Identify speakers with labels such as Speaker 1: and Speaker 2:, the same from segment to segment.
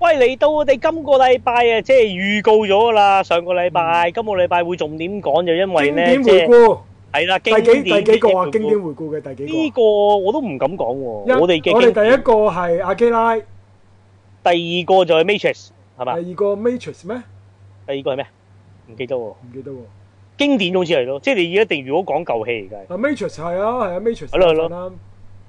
Speaker 1: 喂，嚟到我哋今個禮拜啊，即係預告咗啦。上個禮拜、今個禮拜會重點講，就因為
Speaker 2: 嗯經
Speaker 1: 咧，
Speaker 2: 典
Speaker 1: 即
Speaker 2: 回
Speaker 1: 係
Speaker 2: 顧，
Speaker 1: 係啦，經
Speaker 2: 第幾
Speaker 1: 典
Speaker 2: 第幾個啊？
Speaker 1: 回顧
Speaker 2: 經典回顧嘅第幾
Speaker 1: 呢
Speaker 2: 個
Speaker 1: 個我都唔敢講
Speaker 2: 啊？
Speaker 1: 喎。我哋嘅
Speaker 2: 我哋
Speaker 1: 經
Speaker 2: 第一個係阿基拉，第
Speaker 1: 第二個就係 Matrix 係嘛？
Speaker 2: 二個 Matrix 咩？
Speaker 1: 第二個係咩？唔記得喎。
Speaker 2: 唔記得喎。
Speaker 1: 經典好似係咯，即係你一定如果講舊戲而家
Speaker 2: 啊 Matrix 係啊，係啊 Matrix
Speaker 1: 係咯係咯
Speaker 2: 係啦。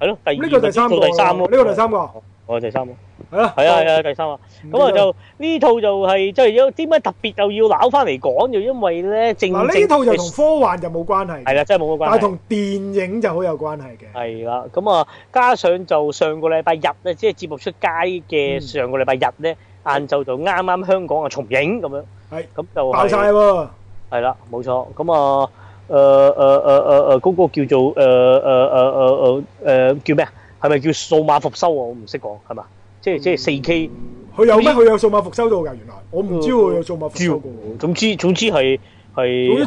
Speaker 1: 係咯，第二
Speaker 2: 呢個第三個
Speaker 1: 到第三咯，
Speaker 2: 呢個第三個
Speaker 1: 哦，第三咯，
Speaker 2: 係啦。
Speaker 1: 係啊係啊，第三啊。
Speaker 2: 唔記得
Speaker 1: 咁啊就呢套就係即係有點解特別又要攬翻嚟講，就因為咧正正
Speaker 2: 嗱呢套就同科幻就冇關係，
Speaker 1: 係啦，真係冇乜
Speaker 2: 但
Speaker 1: 關
Speaker 2: 係
Speaker 1: 係。
Speaker 2: 同電影就好有關係嘅。
Speaker 1: 係啦，咁啊加上就上個禮拜日咧，即係節目出街嘅
Speaker 2: 嗯
Speaker 1: 上個禮拜日咧，晏晝就啱啱香港啊重映咁樣，
Speaker 2: 係
Speaker 1: 咁就
Speaker 2: 爆
Speaker 1: 係
Speaker 2: 晒喎！
Speaker 1: 係啦，冇錯。咁啊，誒誒誒誒誒，嗰個叫做誒誒誒誒誒叫咩啊？係咪叫數碼復修啊？我唔識講，係嘛？即係即係四 K。
Speaker 2: 佢有咩？佢有數碼復修到㗎，原來我唔知佢有數碼復修過。
Speaker 1: 總之總之係係
Speaker 2: 總之重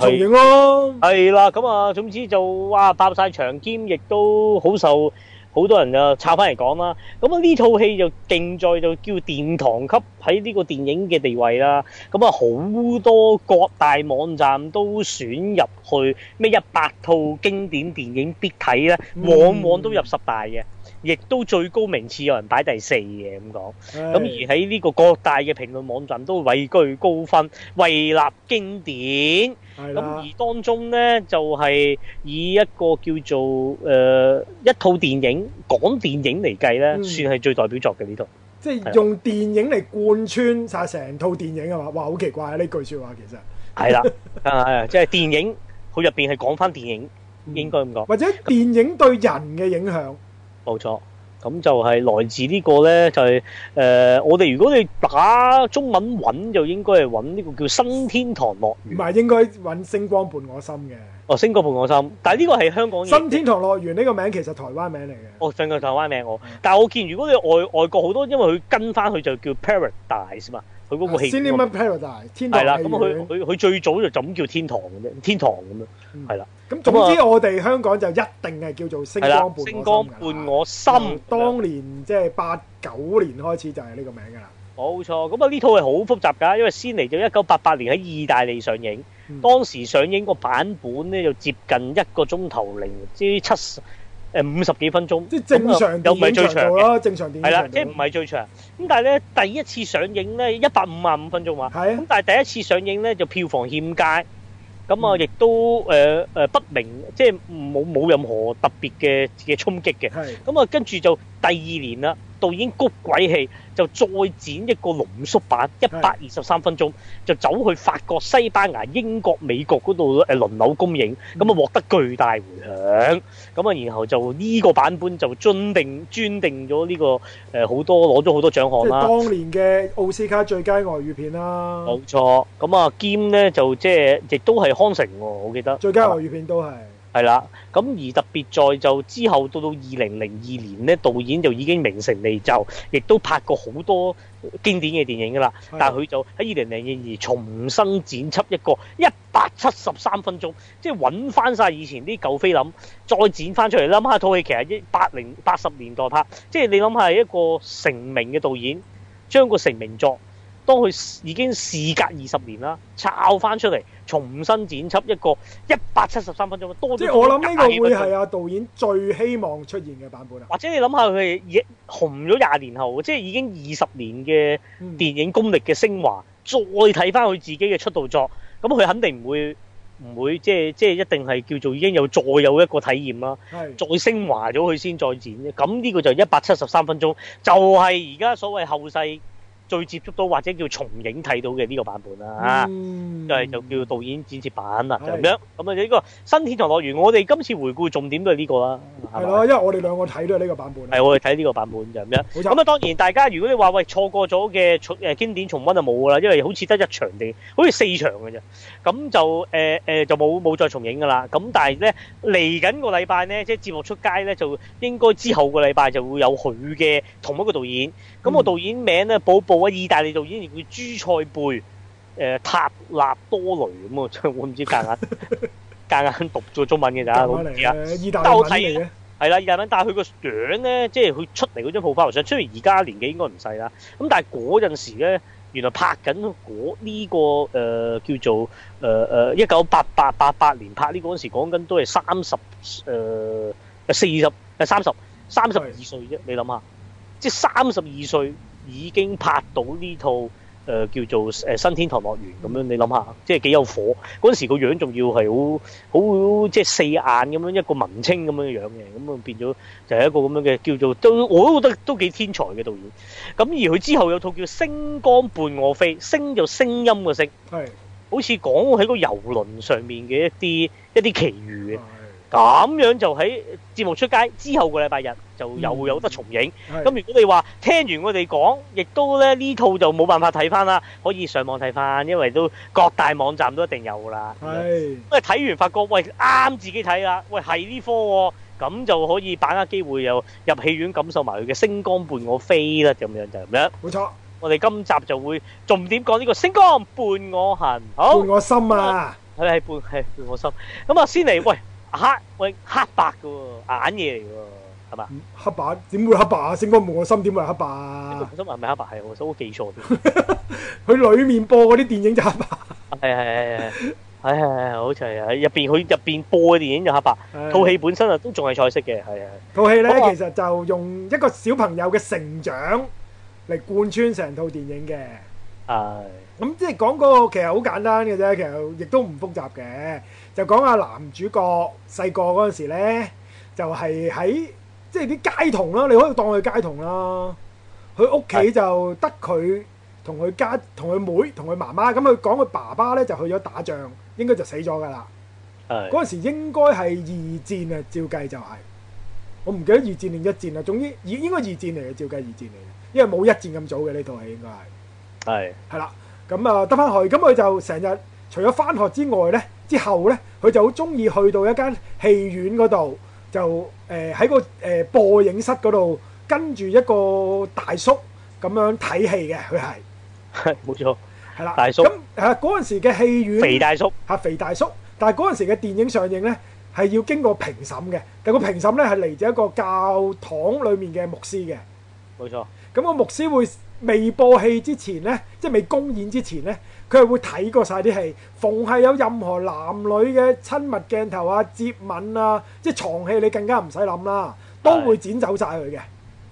Speaker 1: 係
Speaker 2: 影咯，
Speaker 1: 係啦。咁啊，總之就哇爆晒場兼，亦都好受好多人啊炒翻嚟講啦。咁啊，呢套戲就勁在就叫殿堂級喺呢個電影嘅地位啦。咁啊，好多各大網站都選入去咩一百套經典電影必睇咧，
Speaker 2: 嗯
Speaker 1: 往往都入十大嘅，亦都最高名次有人擺第四嘅咁講。咁
Speaker 2: 咁
Speaker 1: 而喺呢個各大嘅評論網站都位居高分，位立經典。
Speaker 2: 係
Speaker 1: 咁
Speaker 2: 啦
Speaker 1: 而，當中咧就係、以一個叫做誒、呃一套電影講電影嚟計咧，
Speaker 2: 嗯
Speaker 1: 算係最代表作嘅呢套。
Speaker 2: 即
Speaker 1: 啊
Speaker 2: 係用電影嚟貫穿晒成套電影啊嘛！哇，好奇怪啊！呢句説話其實
Speaker 1: 係 啦，啊，即係電影，佢入邊係講翻電影，
Speaker 2: 嗯
Speaker 1: 應該咁講，
Speaker 2: 或者電影對人嘅影響，
Speaker 1: 冇錯。咁就係來自呢個咧，就係、誒、呃我哋如果你打中文揾，就應該係揾呢個叫新天堂樂
Speaker 2: 唔
Speaker 1: 園，
Speaker 2: 係應該揾《星光伴我心》嘅
Speaker 1: 哦，星哥伴我心。但係呢個係香港嘢
Speaker 2: 《新天堂樂園》呢個名其實台灣名嚟嘅，
Speaker 1: 我上個台灣名我
Speaker 2: 嗯，
Speaker 1: 但係我見如果你外外國好多，因為佢跟翻佢就叫 Paradise 嘛，佢嗰個戲
Speaker 2: 啊 Cinema Paradise》天堂
Speaker 1: 係啦，咁
Speaker 2: 戲
Speaker 1: 佢
Speaker 2: 院。
Speaker 1: 佢佢最早就就咁叫天堂咁啫，天堂咁樣係啦，
Speaker 2: 咁總之我哋香港就一定係叫做《星
Speaker 1: 啊係啦
Speaker 2: 光，伴我
Speaker 1: 星》
Speaker 2: 心㗎
Speaker 1: 光
Speaker 2: 啦嗯
Speaker 1: 伴我心，
Speaker 2: 當年即係八九年開始就係呢個名㗎啦。
Speaker 1: 冇錯。咁啊呢套係好複雜㗎，因為先嚟就一九八八年喺意大利上映，
Speaker 2: 嗯
Speaker 1: 當時上映個版本咧就接近一個鐘頭零即七十誒五十幾分鐘，
Speaker 2: 即係正
Speaker 1: 咁啊
Speaker 2: 常
Speaker 1: 又
Speaker 2: 電
Speaker 1: 唔係
Speaker 2: 影
Speaker 1: 最
Speaker 2: 長
Speaker 1: 長
Speaker 2: 度
Speaker 1: 嘅。
Speaker 2: 啦，正常電影
Speaker 1: 係啦，
Speaker 2: 長
Speaker 1: 即係唔
Speaker 2: 度啦。
Speaker 1: 係最長。咁但係咧，第一次上映咧一百五啊五分鐘話，
Speaker 2: 係
Speaker 1: 咁
Speaker 2: 啊，
Speaker 1: 但係第一次上映咧就票房欠佳，咁啊
Speaker 2: 嗯
Speaker 1: 亦都誒誒、呃呃不明，即係冇冇任何特別嘅嘅衝擊嘅。
Speaker 2: 係
Speaker 1: 咁啊跟住就第二年啦，導演谷鬼戲就再剪一個濃縮版，一百二十三分鐘，就走去法國、西班牙、英國、美國嗰度誒輪流公映，
Speaker 2: 嗯
Speaker 1: 咁啊獲得巨大迴響。咁啊然後就呢個版本就尊定尊定咗呢、個誒好、多攞咗好多獎
Speaker 2: 即
Speaker 1: 項
Speaker 2: 係
Speaker 1: 啦。
Speaker 2: 當年嘅奧斯卡最佳外語片啦，
Speaker 1: 冇錯，咁啊兼咧就即係亦都係康城喎，我記得
Speaker 2: 最佳外語片都係
Speaker 1: 係啦。咁而特別在就之後到到二零零二年咧，導演就已經名成利就，亦都拍過好多經典嘅電影㗎啦。
Speaker 2: 係
Speaker 1: 但係佢就喺二零零二年重新剪輯一個一百七十三分鐘，即係揾翻晒以前啲舊菲林，再剪翻出嚟。諗下套戲其實一八零八十年代拍，即係你諗下係一個成名嘅導演，將個成名作當佢已經事隔二十年啦，抄翻出嚟重新剪輯一個一百七十三分鐘，多咗
Speaker 2: 即係我諗呢個
Speaker 1: 廿幾分
Speaker 2: 會
Speaker 1: 鐘
Speaker 2: 係阿導演最希望出現嘅版本啊。
Speaker 1: 或者你諗下佢係已紅咗廿年後，即係已經二十年嘅。
Speaker 2: 嗯
Speaker 1: 電影功力嘅昇華，再睇翻佢自己嘅出道作，咁佢肯定唔會唔會即係即係一定係叫做已經有再有一個體驗啦，
Speaker 2: 係
Speaker 1: 再昇華咗佢先再剪啫。咁呢個就一百七十三分鐘，就係而家所謂後世最接觸到或者叫重影睇到嘅呢個版本啦。
Speaker 2: 嗯
Speaker 1: 啊就係就叫導演剪接版啦，就咁
Speaker 2: 係
Speaker 1: 樣。咁啊，呢個新天堂樂園，我哋今次回顧重點都係呢個啦，
Speaker 2: 係
Speaker 1: 係
Speaker 2: 咯，
Speaker 1: 嘛？
Speaker 2: 因為我哋兩個睇都係呢個版本啊。
Speaker 1: 係我哋睇呢個版本就咁樣。
Speaker 2: 冇錯
Speaker 1: 咁啊，當然大家如果你話喂錯過咗嘅重誒經典重温就啊冇㗎啦，因為好似得一場定好似四場嘅啫，咁就誒誒、呃呃就冇冇再重影㗎啦。咁但係咧嚟緊個禮拜咧，即係節目出街咧，就應該之後個禮拜就會有佢嘅同一個導演。咁、個
Speaker 2: 嗯
Speaker 1: 導演名咧，寶寶啊，意大利導演叫朱塞貝誒、呃塔納多雷咁啊， 真係我唔知夾硬夾硬讀咗中文嘅咋，
Speaker 2: 夾
Speaker 1: 我
Speaker 2: 硬
Speaker 1: 唔
Speaker 2: 嚟
Speaker 1: 知啊。
Speaker 2: 嘅，意大利文嚟嘅，
Speaker 1: 係啦，廿蚊，但係佢個樣咧，即係佢出嚟嗰張 profile 相，雖然而家年紀應該唔細啦，咁但係嗰陣時咧，原來拍緊嗰呢個誒、呃叫做誒誒一九八八八八年拍呢個嗰陣時，講緊都係三十誒四十誒三十三十二歲啫，你諗下，即係三十二歲已經拍到呢套。誒、叫做誒、新天堂樂園咁樣，你諗下，即係幾有火。嗰陣時個樣仲要係好好即係四眼咁樣一個文青咁樣嘅樣嘅，咁啊變咗就係一個咁樣嘅叫做都我都覺得都幾天才嘅導演。咁而佢之後有套叫《星光伴我飛》，星就聲音個星，
Speaker 2: 係
Speaker 1: 好似講喺個遊輪上面嘅一啲一啲奇遇嘅。
Speaker 2: 係
Speaker 1: 咁樣就喺節目出街之後個禮拜日就又
Speaker 2: 嗯
Speaker 1: 有得重影。
Speaker 2: 係
Speaker 1: 咁如果你話聽完我哋講，亦都咧呢套就冇辦法睇翻啦，可以上網睇翻，因為都各大網站都一定有啦。
Speaker 2: 係
Speaker 1: 咁啊睇完發覺，喂啱自己睇啦，喂係呢科喎、咁就可以把握機會又入戲院感受埋佢嘅星光伴我飛啦，咁樣就係咁樣。
Speaker 2: 冇錯，
Speaker 1: 我哋今集就會重點講呢個星光伴我行，好
Speaker 2: 換我心啊！
Speaker 1: 係係伴係伴我心。咁啊先嚟，喂黑喂黑白嘅喎，眼嘢嚟嘅喎，係嘛？
Speaker 2: 黑白點會黑白啊？星光換我心點會係黑白
Speaker 1: 呢
Speaker 2: 啊？
Speaker 1: 個本身係咪黑白係？我我記錯添。
Speaker 2: 佢裡面播嗰啲電影就黑白。
Speaker 1: 係係係係係係係係，好似係係入邊佢入邊播嘅電影就黑白，套戲本身啊都仲係彩色嘅，係係
Speaker 2: 套戲咧，
Speaker 1: 嗰個
Speaker 2: 其實就用一個小朋友嘅成長嚟貫穿成套電影嘅。
Speaker 1: 係
Speaker 2: 咁即係講嗰個其實好簡單嘅啫，其實亦都唔複雜嘅。就講下男主角細個嗰陣時咧，就係、喺即係啲街童啦，你可以當佢街童啦。佢屋企就得佢同佢家同佢妹同佢媽媽。咁佢講佢爸爸咧就去咗打仗，應該就死咗㗎啦。
Speaker 1: 係
Speaker 2: 嗰陣時應該係二戰啊，照計就係、我唔記得二戰定一戰啦。總之，二應該二戰嚟嘅，照計二戰嚟嘅，因為冇一戰咁早嘅呢套戲應該係
Speaker 1: 係
Speaker 2: 係啦。咁啊，得翻去，咁佢就成日除咗翻學之外呢，之後呢，佢就好中意去到一間戲院嗰度，就誒喺、個誒、呃播映室嗰度跟住一個大叔咁樣睇戲嘅，佢係
Speaker 1: 係冇錯，
Speaker 2: 係啦。
Speaker 1: 大叔
Speaker 2: 咁係嗰陣時嘅戲院
Speaker 1: 肥大叔
Speaker 2: 嚇肥大叔。但係嗰陣時嘅電影上映呢，係要經過評審嘅。但個評審呢，係嚟自一個教堂裡面嘅牧師嘅。
Speaker 1: 冇錯，
Speaker 2: 咁、個牧師會未播戲之前呢，即係未公演之前呢，佢係會睇過晒啲戲。逢係有任何男女嘅親密鏡頭啊、接吻啊，即係床戲，你更加唔使諗啦，都會剪走晒佢嘅。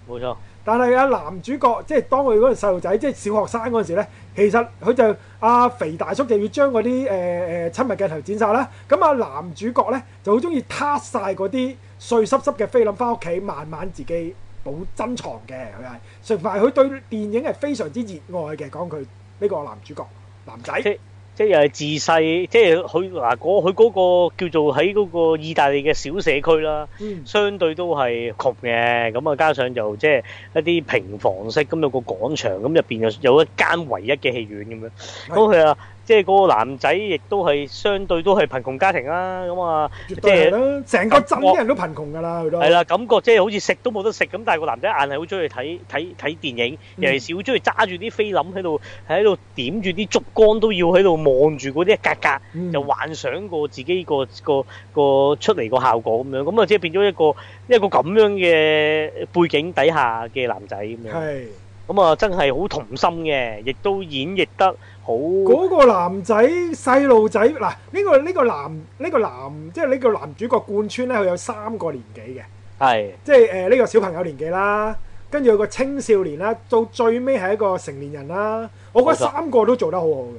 Speaker 1: 冇錯，
Speaker 2: 但係啊，男主角即係當佢嗰陣細路仔，即係小學生嗰陣時咧，其實佢就阿、肥大叔就要將嗰啲誒誒親密鏡頭剪晒啦。咁啊，男主角咧就好中意撻晒嗰啲碎濕濕嘅菲林翻屋企，慢慢自己保珍藏嘅。佢係，同埋佢對電影係非常之熱愛嘅。講佢呢個男主角男仔
Speaker 1: 即即係又係自細，即係佢嗱嗰佢嗰個叫做喺嗰個意大利嘅小社區啦。
Speaker 2: 嗯
Speaker 1: 相對都係窮嘅，咁啊加上就即係一啲平房式，咁有個廣場，咁入邊有有一間唯一嘅戲院咁樣。咁佢啊，即係嗰個男仔亦都係相對都係貧窮家庭啦，咁啊
Speaker 2: 絕對係啦，成個鎮啲人都貧窮㗎啦，佢都
Speaker 1: 係啦，感覺即係好似食都冇得食咁，但係個男仔硬係好中意睇睇睇電影，
Speaker 2: 嗯
Speaker 1: 尤其是好中意揸住啲菲林喺度喺度點住啲燭光，都要喺度望住嗰啲一格格。
Speaker 2: 嗯
Speaker 1: 就幻想過自己個個個出嚟個效果咁樣，咁啊即係變咗一個一個咁樣嘅背景底下嘅男仔咁樣，
Speaker 2: 係。
Speaker 1: 咁啊真係好童心嘅，亦都演繹得好，
Speaker 2: 嗰個男仔細路仔嗱，呢、個呢、個男呢、個男即係呢個男主角貫穿咧，佢有三個年紀嘅，
Speaker 1: 係
Speaker 2: 即係誒呢個小朋友年紀啦，跟住有個青少年啦，到最尾係一個成年人啦。我覺得
Speaker 1: 冇錯
Speaker 2: 三個都做得好好嘅，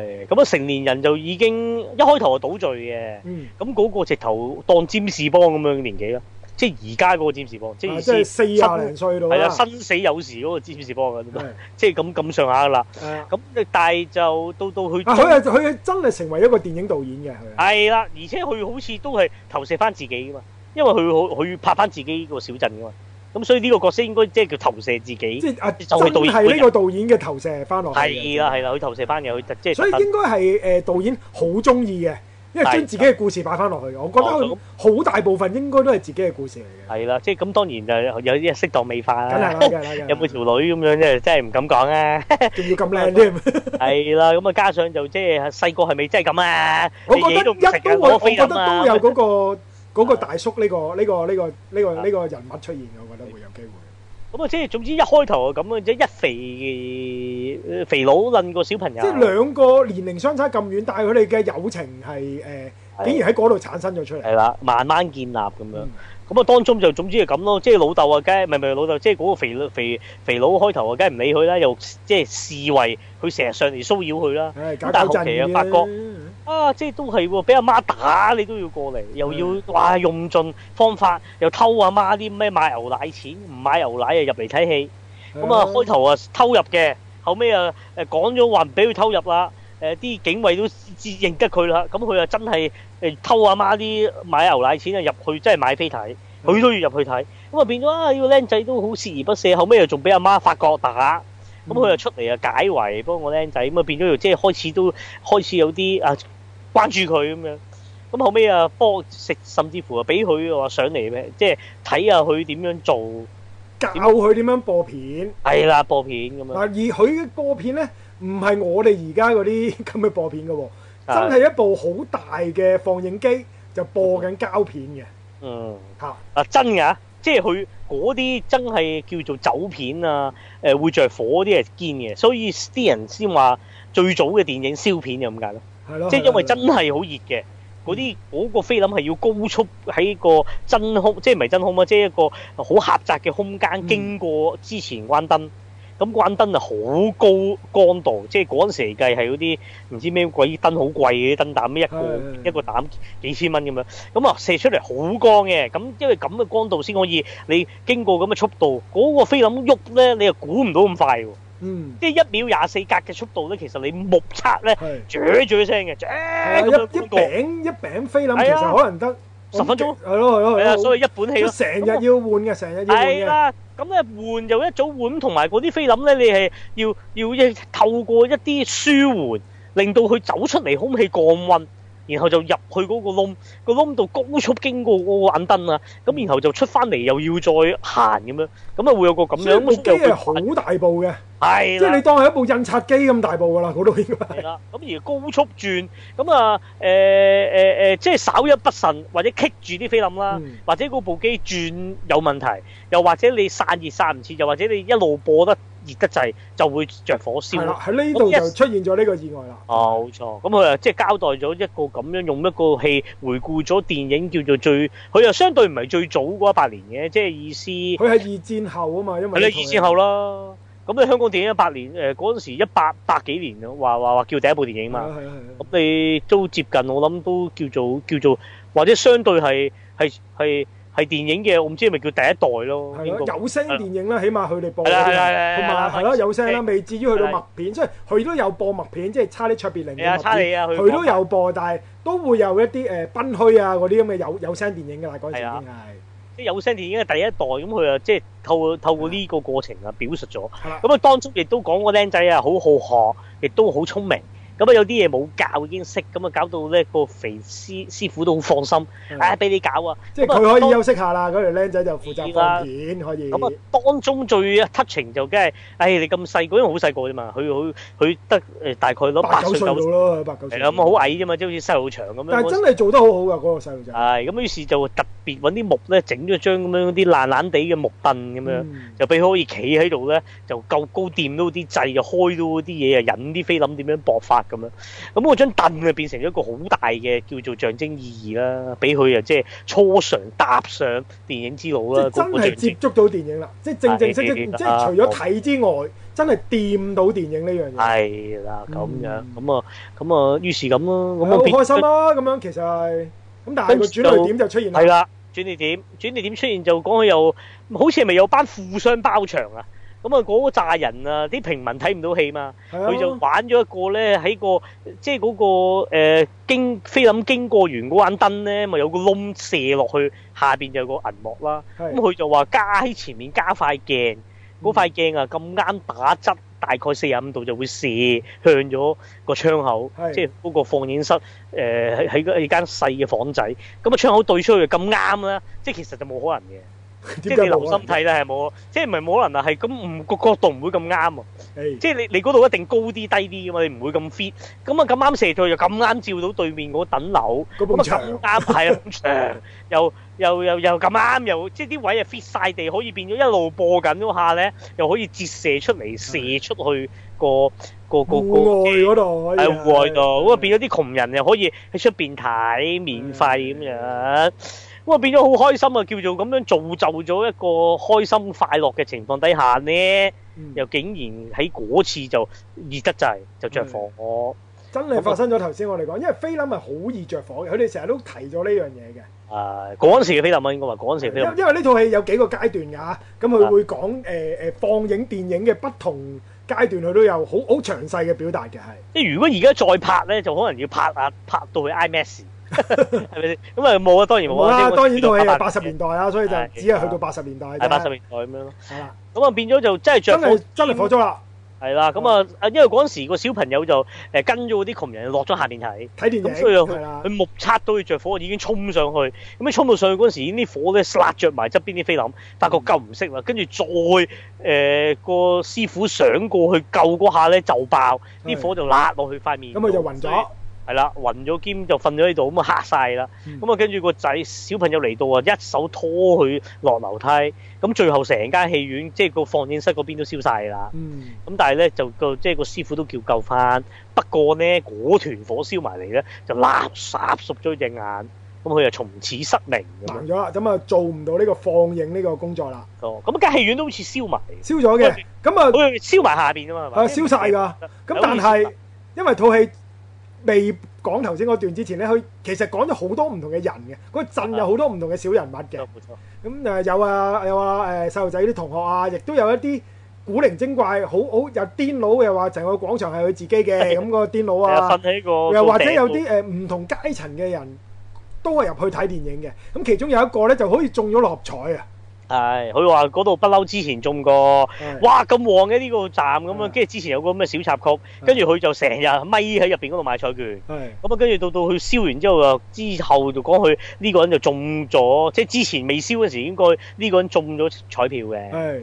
Speaker 1: 係咁啊成年人就已經一開頭就倒敍嘅，
Speaker 2: 嗯，
Speaker 1: 咁嗰個直頭當占士邦咁樣嘅年紀啦，即係而家嗰個占士邦，即係
Speaker 2: 啊
Speaker 1: 意
Speaker 2: 即
Speaker 1: 思
Speaker 2: 係四廿零歲到
Speaker 1: 係
Speaker 2: 啦
Speaker 1: 啊，生死有時嗰個占士邦啊咁
Speaker 2: 係
Speaker 1: 即係咁咁上下啦，
Speaker 2: 係啊
Speaker 1: 咁但係就到到佢
Speaker 2: 啊佢係佢係真係成為一個電影導演嘅，佢係
Speaker 1: 係啦，而且佢好似都係投射翻自己噶嘛，因為佢好佢拍翻自己個小鎮噶嘛，咁所以呢個角色應該即係叫投射自己。
Speaker 2: 即係啊，
Speaker 1: 就
Speaker 2: 真
Speaker 1: 係導演本人
Speaker 2: 係呢個導演嘅投射翻落去嘅。
Speaker 1: 係啦啊係啦，佢投射翻嘅，佢特即係
Speaker 2: 所以
Speaker 1: 特登
Speaker 2: 應該係誒、呃、導演好中意嘅，因為將自己嘅故事擺翻落去嘅。我覺
Speaker 1: 哦
Speaker 2: 得佢好大部分應該都係自己嘅故事嚟嘅。
Speaker 1: 係啦，即係咁當然就有啲適當美化
Speaker 2: 梗係
Speaker 1: 啦
Speaker 2: 啦，。梗係啦，
Speaker 1: 有冇條女咁樣啫？真係唔敢講 啊！
Speaker 2: 仲要咁 靚添？
Speaker 1: 係啦，咁啊加上就即係細個係咪真係咁啊？
Speaker 2: 我覺得
Speaker 1: 你嘢都唔食
Speaker 2: 一
Speaker 1: 啊
Speaker 2: 都會，
Speaker 1: 攞
Speaker 2: 我
Speaker 1: 飛
Speaker 2: 覺
Speaker 1: 咁
Speaker 2: 得
Speaker 1: 啊
Speaker 2: 都有嗰個嗰個大叔呢、個呢、個呢、個呢、個呢、個人物出現，我覺得會有機會。
Speaker 1: 咁啊，即係總之一開頭就咁嘅啫，一肥呃肥佬撚個小朋友，
Speaker 2: 即係兩個年齡相差咁遠，但係佢哋嘅友情係誒、
Speaker 1: 啊
Speaker 2: 呃竟然喺嗰度產生咗出嚟。
Speaker 1: 係啦，慢慢建立咁樣。
Speaker 2: 嗯
Speaker 1: 咁啊，當中就總之係咁咯，即係老豆啊，梗係唔係唔係老豆，即係嗰個肥佬肥肥佬開頭啊，梗係唔理佢啦，又即係視為佢成日上嚟騷擾佢啦。
Speaker 2: 唉，搞
Speaker 1: 咁但係
Speaker 2: 搞
Speaker 1: 後
Speaker 2: 震
Speaker 1: 期啊
Speaker 2: 嘅
Speaker 1: 發覺啊，即係都係喎，俾阿媽打你都要過嚟，又要哇用盡方法，又偷阿媽啲咩買牛奶錢，唔買牛奶啊入嚟睇戲。咁
Speaker 2: 嗯
Speaker 1: 啊，開頭啊偷入嘅，後尾啊誒講咗話唔俾佢偷入啦。誒啲警衛都知認得佢啦，咁佢啊真係誒偷阿媽啲買牛奶錢啊入去，真係買飛睇，
Speaker 2: 嗯
Speaker 1: 佢都要入去睇。咁啊變咗啊，要僆仔都好鍥而不捨，後尾又仲俾阿媽發覺打。咁佢又出嚟啊解圍幫我僆仔，咁啊變咗又即係開始都開始有啲啊關注佢咁樣。咁後尾啊幫食，甚至乎啊俾佢話上嚟咩，即係睇下佢點樣做，
Speaker 2: 教佢點樣播片。
Speaker 1: 係啦播片咁
Speaker 2: 嗱，
Speaker 1: 樣。
Speaker 2: 而佢嘅播片咧，唔係我哋而家嗰啲 咁嘅播片嘅喎，真
Speaker 1: 啊
Speaker 2: 係一部好大嘅放映機就播緊膠片嘅
Speaker 1: 嗯。
Speaker 2: 嚇。
Speaker 1: 啊真㗎，即係佢嗰啲真係叫做走片啊，誒、會着火嗰啲係堅嘅，所以啲人先話最早嘅電影燒片就咁解咯，
Speaker 2: 係 咯，
Speaker 1: 即係因為真
Speaker 2: 係
Speaker 1: 係好熱嘅。嗰啲嗰個菲林係要高速喺個真空，即係唔係真空啊，即係一個好狹窄嘅空間
Speaker 2: 嗯
Speaker 1: 經過之前關燈，咁關燈啊好高光度，即係嗰陣時嚟計係嗰啲唔知咩鬼燈好貴嘅啲燈膽，一個
Speaker 2: 係係
Speaker 1: 一個膽幾千蚊咁樣，咁啊射出嚟好光嘅，咁因為咁嘅光度先可以你經過咁嘅速度，嗰、個菲林喐咧你又估唔到咁快喎，
Speaker 2: 嗯
Speaker 1: 即係一秒廿四格嘅速度咧，其實你目測咧。
Speaker 2: 係。
Speaker 1: 啜啜聲嘅，啜
Speaker 2: 係啊
Speaker 1: 咁樣
Speaker 2: 一一
Speaker 1: 光過
Speaker 2: 餅一餅菲林其
Speaker 1: 係啊
Speaker 2: 實可能得
Speaker 1: 10分鐘
Speaker 2: 係咯係咯
Speaker 1: 係
Speaker 2: 係
Speaker 1: 啊，
Speaker 2: 咯，
Speaker 1: 所以一本戲咯
Speaker 2: 佢。成日要換嘅，成日要換
Speaker 1: 係
Speaker 2: 嘅，
Speaker 1: 啦，咁咧換就一早換，同埋嗰啲菲林咧，你係要要一透過一啲舒緩，令到佢走出嚟空氣降温，然後就入去嗰個窿，個窿度高速經過嗰個眼燈啊，咁然後就出翻嚟又要再行咁樣，咁啊會有個咁
Speaker 2: 所以
Speaker 1: 樣
Speaker 2: 部機係好大部嘅，
Speaker 1: 係
Speaker 2: 即係
Speaker 1: 啦
Speaker 2: 你。當係一部印刷機咁大部㗎啦，嗰度應該
Speaker 1: 係啦，咁而高速轉，咁啊誒誒誒，即係稍一不慎或者棘住啲菲林啦，
Speaker 2: 嗯
Speaker 1: 或者嗰部機轉有問題，又或者你散熱散唔切，又或者你一路播得熱得滯，就會着火
Speaker 2: 係
Speaker 1: 燒
Speaker 2: 啦。。喺呢度就出現咗呢個意外啦。
Speaker 1: 冇錯，咁佢啊即係交代咗一個咁樣用一個戲回顧咗電影叫做最，佢又相對唔係最早嗰一百年嘅，即係意思
Speaker 2: 佢係二戰後啊嘛，因
Speaker 1: 係啦，
Speaker 2: 為
Speaker 1: 二
Speaker 2: 呢套戲
Speaker 1: 戰後啦。咁你香港電影一百年，誒嗰陣時一百百幾年咯，話話話叫第一部電影
Speaker 2: 係
Speaker 1: 嘛
Speaker 2: 啊。係啊係啊
Speaker 1: 咁你都接近，我諗都叫做叫做，或者相對係係係係電影嘅，我唔知係咪叫第一代咯，
Speaker 2: 係
Speaker 1: 應
Speaker 2: 咯，
Speaker 1: 該
Speaker 2: 有聲電影啦，起碼佢哋播
Speaker 1: 啊係啦係
Speaker 2: 嗰啲啊
Speaker 1: 啦係啦
Speaker 2: 同埋係
Speaker 1: 係啦
Speaker 2: 咯有聲啦，
Speaker 1: 係
Speaker 2: 未至於去到默片，即係佢都有播默片，即係差啲卓別靈
Speaker 1: 係啊，
Speaker 2: 嘅默
Speaker 1: 差
Speaker 2: 片，
Speaker 1: 你啊，佢
Speaker 2: 佢都有播，但係都會有一啲誒賓虛啊嗰啲咁嘅有有聲電影㗎啦，嗰陣時已
Speaker 1: 係啊
Speaker 2: 經係
Speaker 1: 即係有聲電影嘅第一代，咁佢啊即係透過透過呢個過程啊表述咗。
Speaker 2: 係啦，
Speaker 1: 咁啊，當中亦都講個僆仔啊，好好學，亦都好聰明。咁啊，有啲嘢冇教已經識，咁啊搞到咧個肥師師傅都好放心，
Speaker 2: 嗯
Speaker 1: 唉，俾你搞啊！
Speaker 2: 即係佢可以休息下啦，嗰條僆仔就負責放片可以。
Speaker 1: 咁啊，當中最 touching 就梗係，唉，你咁細個，因為好細個啫嘛，佢佢佢得誒大概攞
Speaker 2: 八
Speaker 1: 八
Speaker 2: 九
Speaker 1: 歲
Speaker 2: 歲到
Speaker 1: 九歲
Speaker 2: 咯，八九
Speaker 1: 係
Speaker 2: 歲。
Speaker 1: 啦，咁啊好矮啫嘛，即係好似啊細路牆咁樣。
Speaker 2: 但係真係做得好好㗎嗰個細路仔。
Speaker 1: 係咁，於是就特別揾啲木咧，整咗張咁樣啲爛爛地嘅木凳咁樣，
Speaker 2: 嗯
Speaker 1: 就俾佢可以企喺度咧，就夠高掂到啲掣，就開到啲嘢啊，引啲菲林點樣搏法咁樣。咁嗰張凳啊，變成咗一個好大嘅叫做象徵意義啦，俾佢啊，即係初嘗踏上電影之路
Speaker 2: 即
Speaker 1: 啦。
Speaker 2: 係真
Speaker 1: 嗰個象
Speaker 2: 係
Speaker 1: 徵
Speaker 2: 接觸到電影啦，即係正正式式，
Speaker 1: 係
Speaker 2: 即係除咗睇之外，真係掂到電影呢樣嘢，
Speaker 1: 係啦，咁樣
Speaker 2: 嗯
Speaker 1: 咁啊，咁啊，於是咁咯，咁
Speaker 2: 係好
Speaker 1: 我變
Speaker 2: 開心啦！咁樣其實係，咁但係個轉捩點就出現啦
Speaker 1: 係，啦，轉捩點，轉捩點出現就講佢又好似係咪有班富商包場啊？咁啊，嗰扎人啊，啲平民睇唔到戲嘛，
Speaker 2: 係啊
Speaker 1: 佢就玩咗一個咧喺個即係嗰個誒經菲林經過完嗰眼燈咧，咪有個窿射落去下邊就有個銀幕啦。咁啊
Speaker 2: 係
Speaker 1: 佢就話加喺前面加塊鏡，嗰塊鏡啊咁啱打側，大概四十五度就會射向咗個窗口，
Speaker 2: 係
Speaker 1: 即係嗰個放映室誒喺喺喺間細嘅房仔，咁啊窗口對出去咁啱啦，即係其實就冇可能嘅。即係你留心睇啦，係冇，即係唔係冇可能啊？係咁唔個角度唔會咁啱啊！
Speaker 2: 誒，
Speaker 1: 即係你你嗰度一定高啲低啲噶嘛，你唔會咁 fit。咁啊咁啱射到又咁啱照到對面嗰等樓，
Speaker 2: 嗰埲
Speaker 1: 咁啊
Speaker 2: 牆
Speaker 1: 咁啱係啊咁長，又又又又咁啱又即係啲位啊 fit 晒地，可以變咗一路播緊嗰下咧，又可以折射出嚟射出去個個個
Speaker 2: 戶外
Speaker 1: 個。
Speaker 2: 嗰度可以
Speaker 1: 喺
Speaker 2: 啊，
Speaker 1: 戶外度，咁啊變咗啲窮人又可以喺出邊睇免費咁樣，咁啊變咗好開心啊！叫做咁樣造就咗一個開心快樂嘅情況底下呢，
Speaker 2: 嗯
Speaker 1: 又竟然喺嗰次就熱得滯，就
Speaker 2: 嗯
Speaker 1: 着火。
Speaker 2: 真係發生咗頭先我哋講，因為菲林係好易着火嘅，佢哋成日都提咗呢樣嘢嘅。
Speaker 1: 誒嗰陣時嘅菲林啊，應該話嗰陣時嘅菲林
Speaker 2: 因因為呢套戲有幾個階段㗎嚇，咁佢會講誒誒放映電影嘅不同階段，佢都有好好詳細嘅表達嘅係。
Speaker 1: 即係如果而家再拍咧，就可能要拍啊拍到去 IMAX，係咪先？咁啊冇啊，當然冇
Speaker 2: 好啦，
Speaker 1: 啊。
Speaker 2: 當然套戲係八十
Speaker 1: 年
Speaker 2: 年代啦，所以就
Speaker 1: 係
Speaker 2: 只係去到八十年代啫。
Speaker 1: 係八十年代咁樣咯。
Speaker 2: 係啦，
Speaker 1: 咁啊變咗就真係着
Speaker 2: 真
Speaker 1: 火
Speaker 2: 係。真係火燭嗯啦！
Speaker 1: 係啦，咁啊，啊因為嗰陣時個小朋友就誒跟咗嗰啲窮人落咗下面睇，
Speaker 2: 睇電影
Speaker 1: 咁所以佢
Speaker 2: 係啦
Speaker 1: 佢，目測到佢着火，已經衝上去，咁一衝到上去嗰陣時，已經啲火咧焫着埋側邊啲菲林，發覺救唔熄啦，跟住再誒、呃個師傅上過去救嗰下咧就爆，啲
Speaker 2: 係
Speaker 1: 火就焫落去塊面，
Speaker 2: 咁佢就暈咗。。
Speaker 1: 係啦，暈咗兼就瞓咗喺度，咁啊嚇晒啦。
Speaker 2: 嗯
Speaker 1: 咁啊，跟住個仔小朋友嚟到啊，一手拖佢落樓梯，咁最後成間戲院即係個放映室嗰邊都燒晒啦。
Speaker 2: 嗯，
Speaker 1: 咁但係咧就個即係個師傅都叫救翻，不過咧嗰團火燒埋嚟咧就垃圾熟咗隻眼，咁佢就從此失明咁
Speaker 2: 盲
Speaker 1: 樣。
Speaker 2: 咗啦，咁啊做唔到呢個放映呢個工作啦，
Speaker 1: 哦咁間戲院都好似燒埋，
Speaker 2: 燒咗嘅。咁啊
Speaker 1: 佢燒埋下邊啊嘛，係
Speaker 2: 啊
Speaker 1: 咪？
Speaker 2: 燒晒㗎。咁但
Speaker 1: 好意思
Speaker 2: 係因為套戲未講頭先嗰段之前咧，佢其實講咗好多唔同嘅人嘅，嗰陣
Speaker 1: 啊
Speaker 2: 有好多唔同嘅小人物嘅
Speaker 1: 冇。錯
Speaker 2: 咁誒有啊有啊誒細路仔啲同學啊，亦都有一啲古靈精怪，好好有癲佬又話成個廣場係佢自己嘅，咁個癲佬
Speaker 1: 係啊，
Speaker 2: 啊
Speaker 1: 瞓，喺個
Speaker 2: 又或者
Speaker 1: 個
Speaker 2: 有
Speaker 1: 地
Speaker 2: 啲誒唔同階層嘅人都係入去睇電影嘅。咁其中有一個咧就好似中咗六合彩啊！
Speaker 1: 度係佢話嗰度不嬲之前中過，
Speaker 2: 係
Speaker 1: 哇咁旺嘅呢個站咁樣，
Speaker 2: 嗯
Speaker 1: 跟住之前有個咩小插曲，跟住佢就成日咪喺入邊嗰度買彩券。
Speaker 2: 係
Speaker 1: 咁啊，跟住到到佢燒完之後啊，之後就講佢呢個人就中咗，即係之前未燒嗰時應該呢個人中咗彩票嘅。
Speaker 2: 係，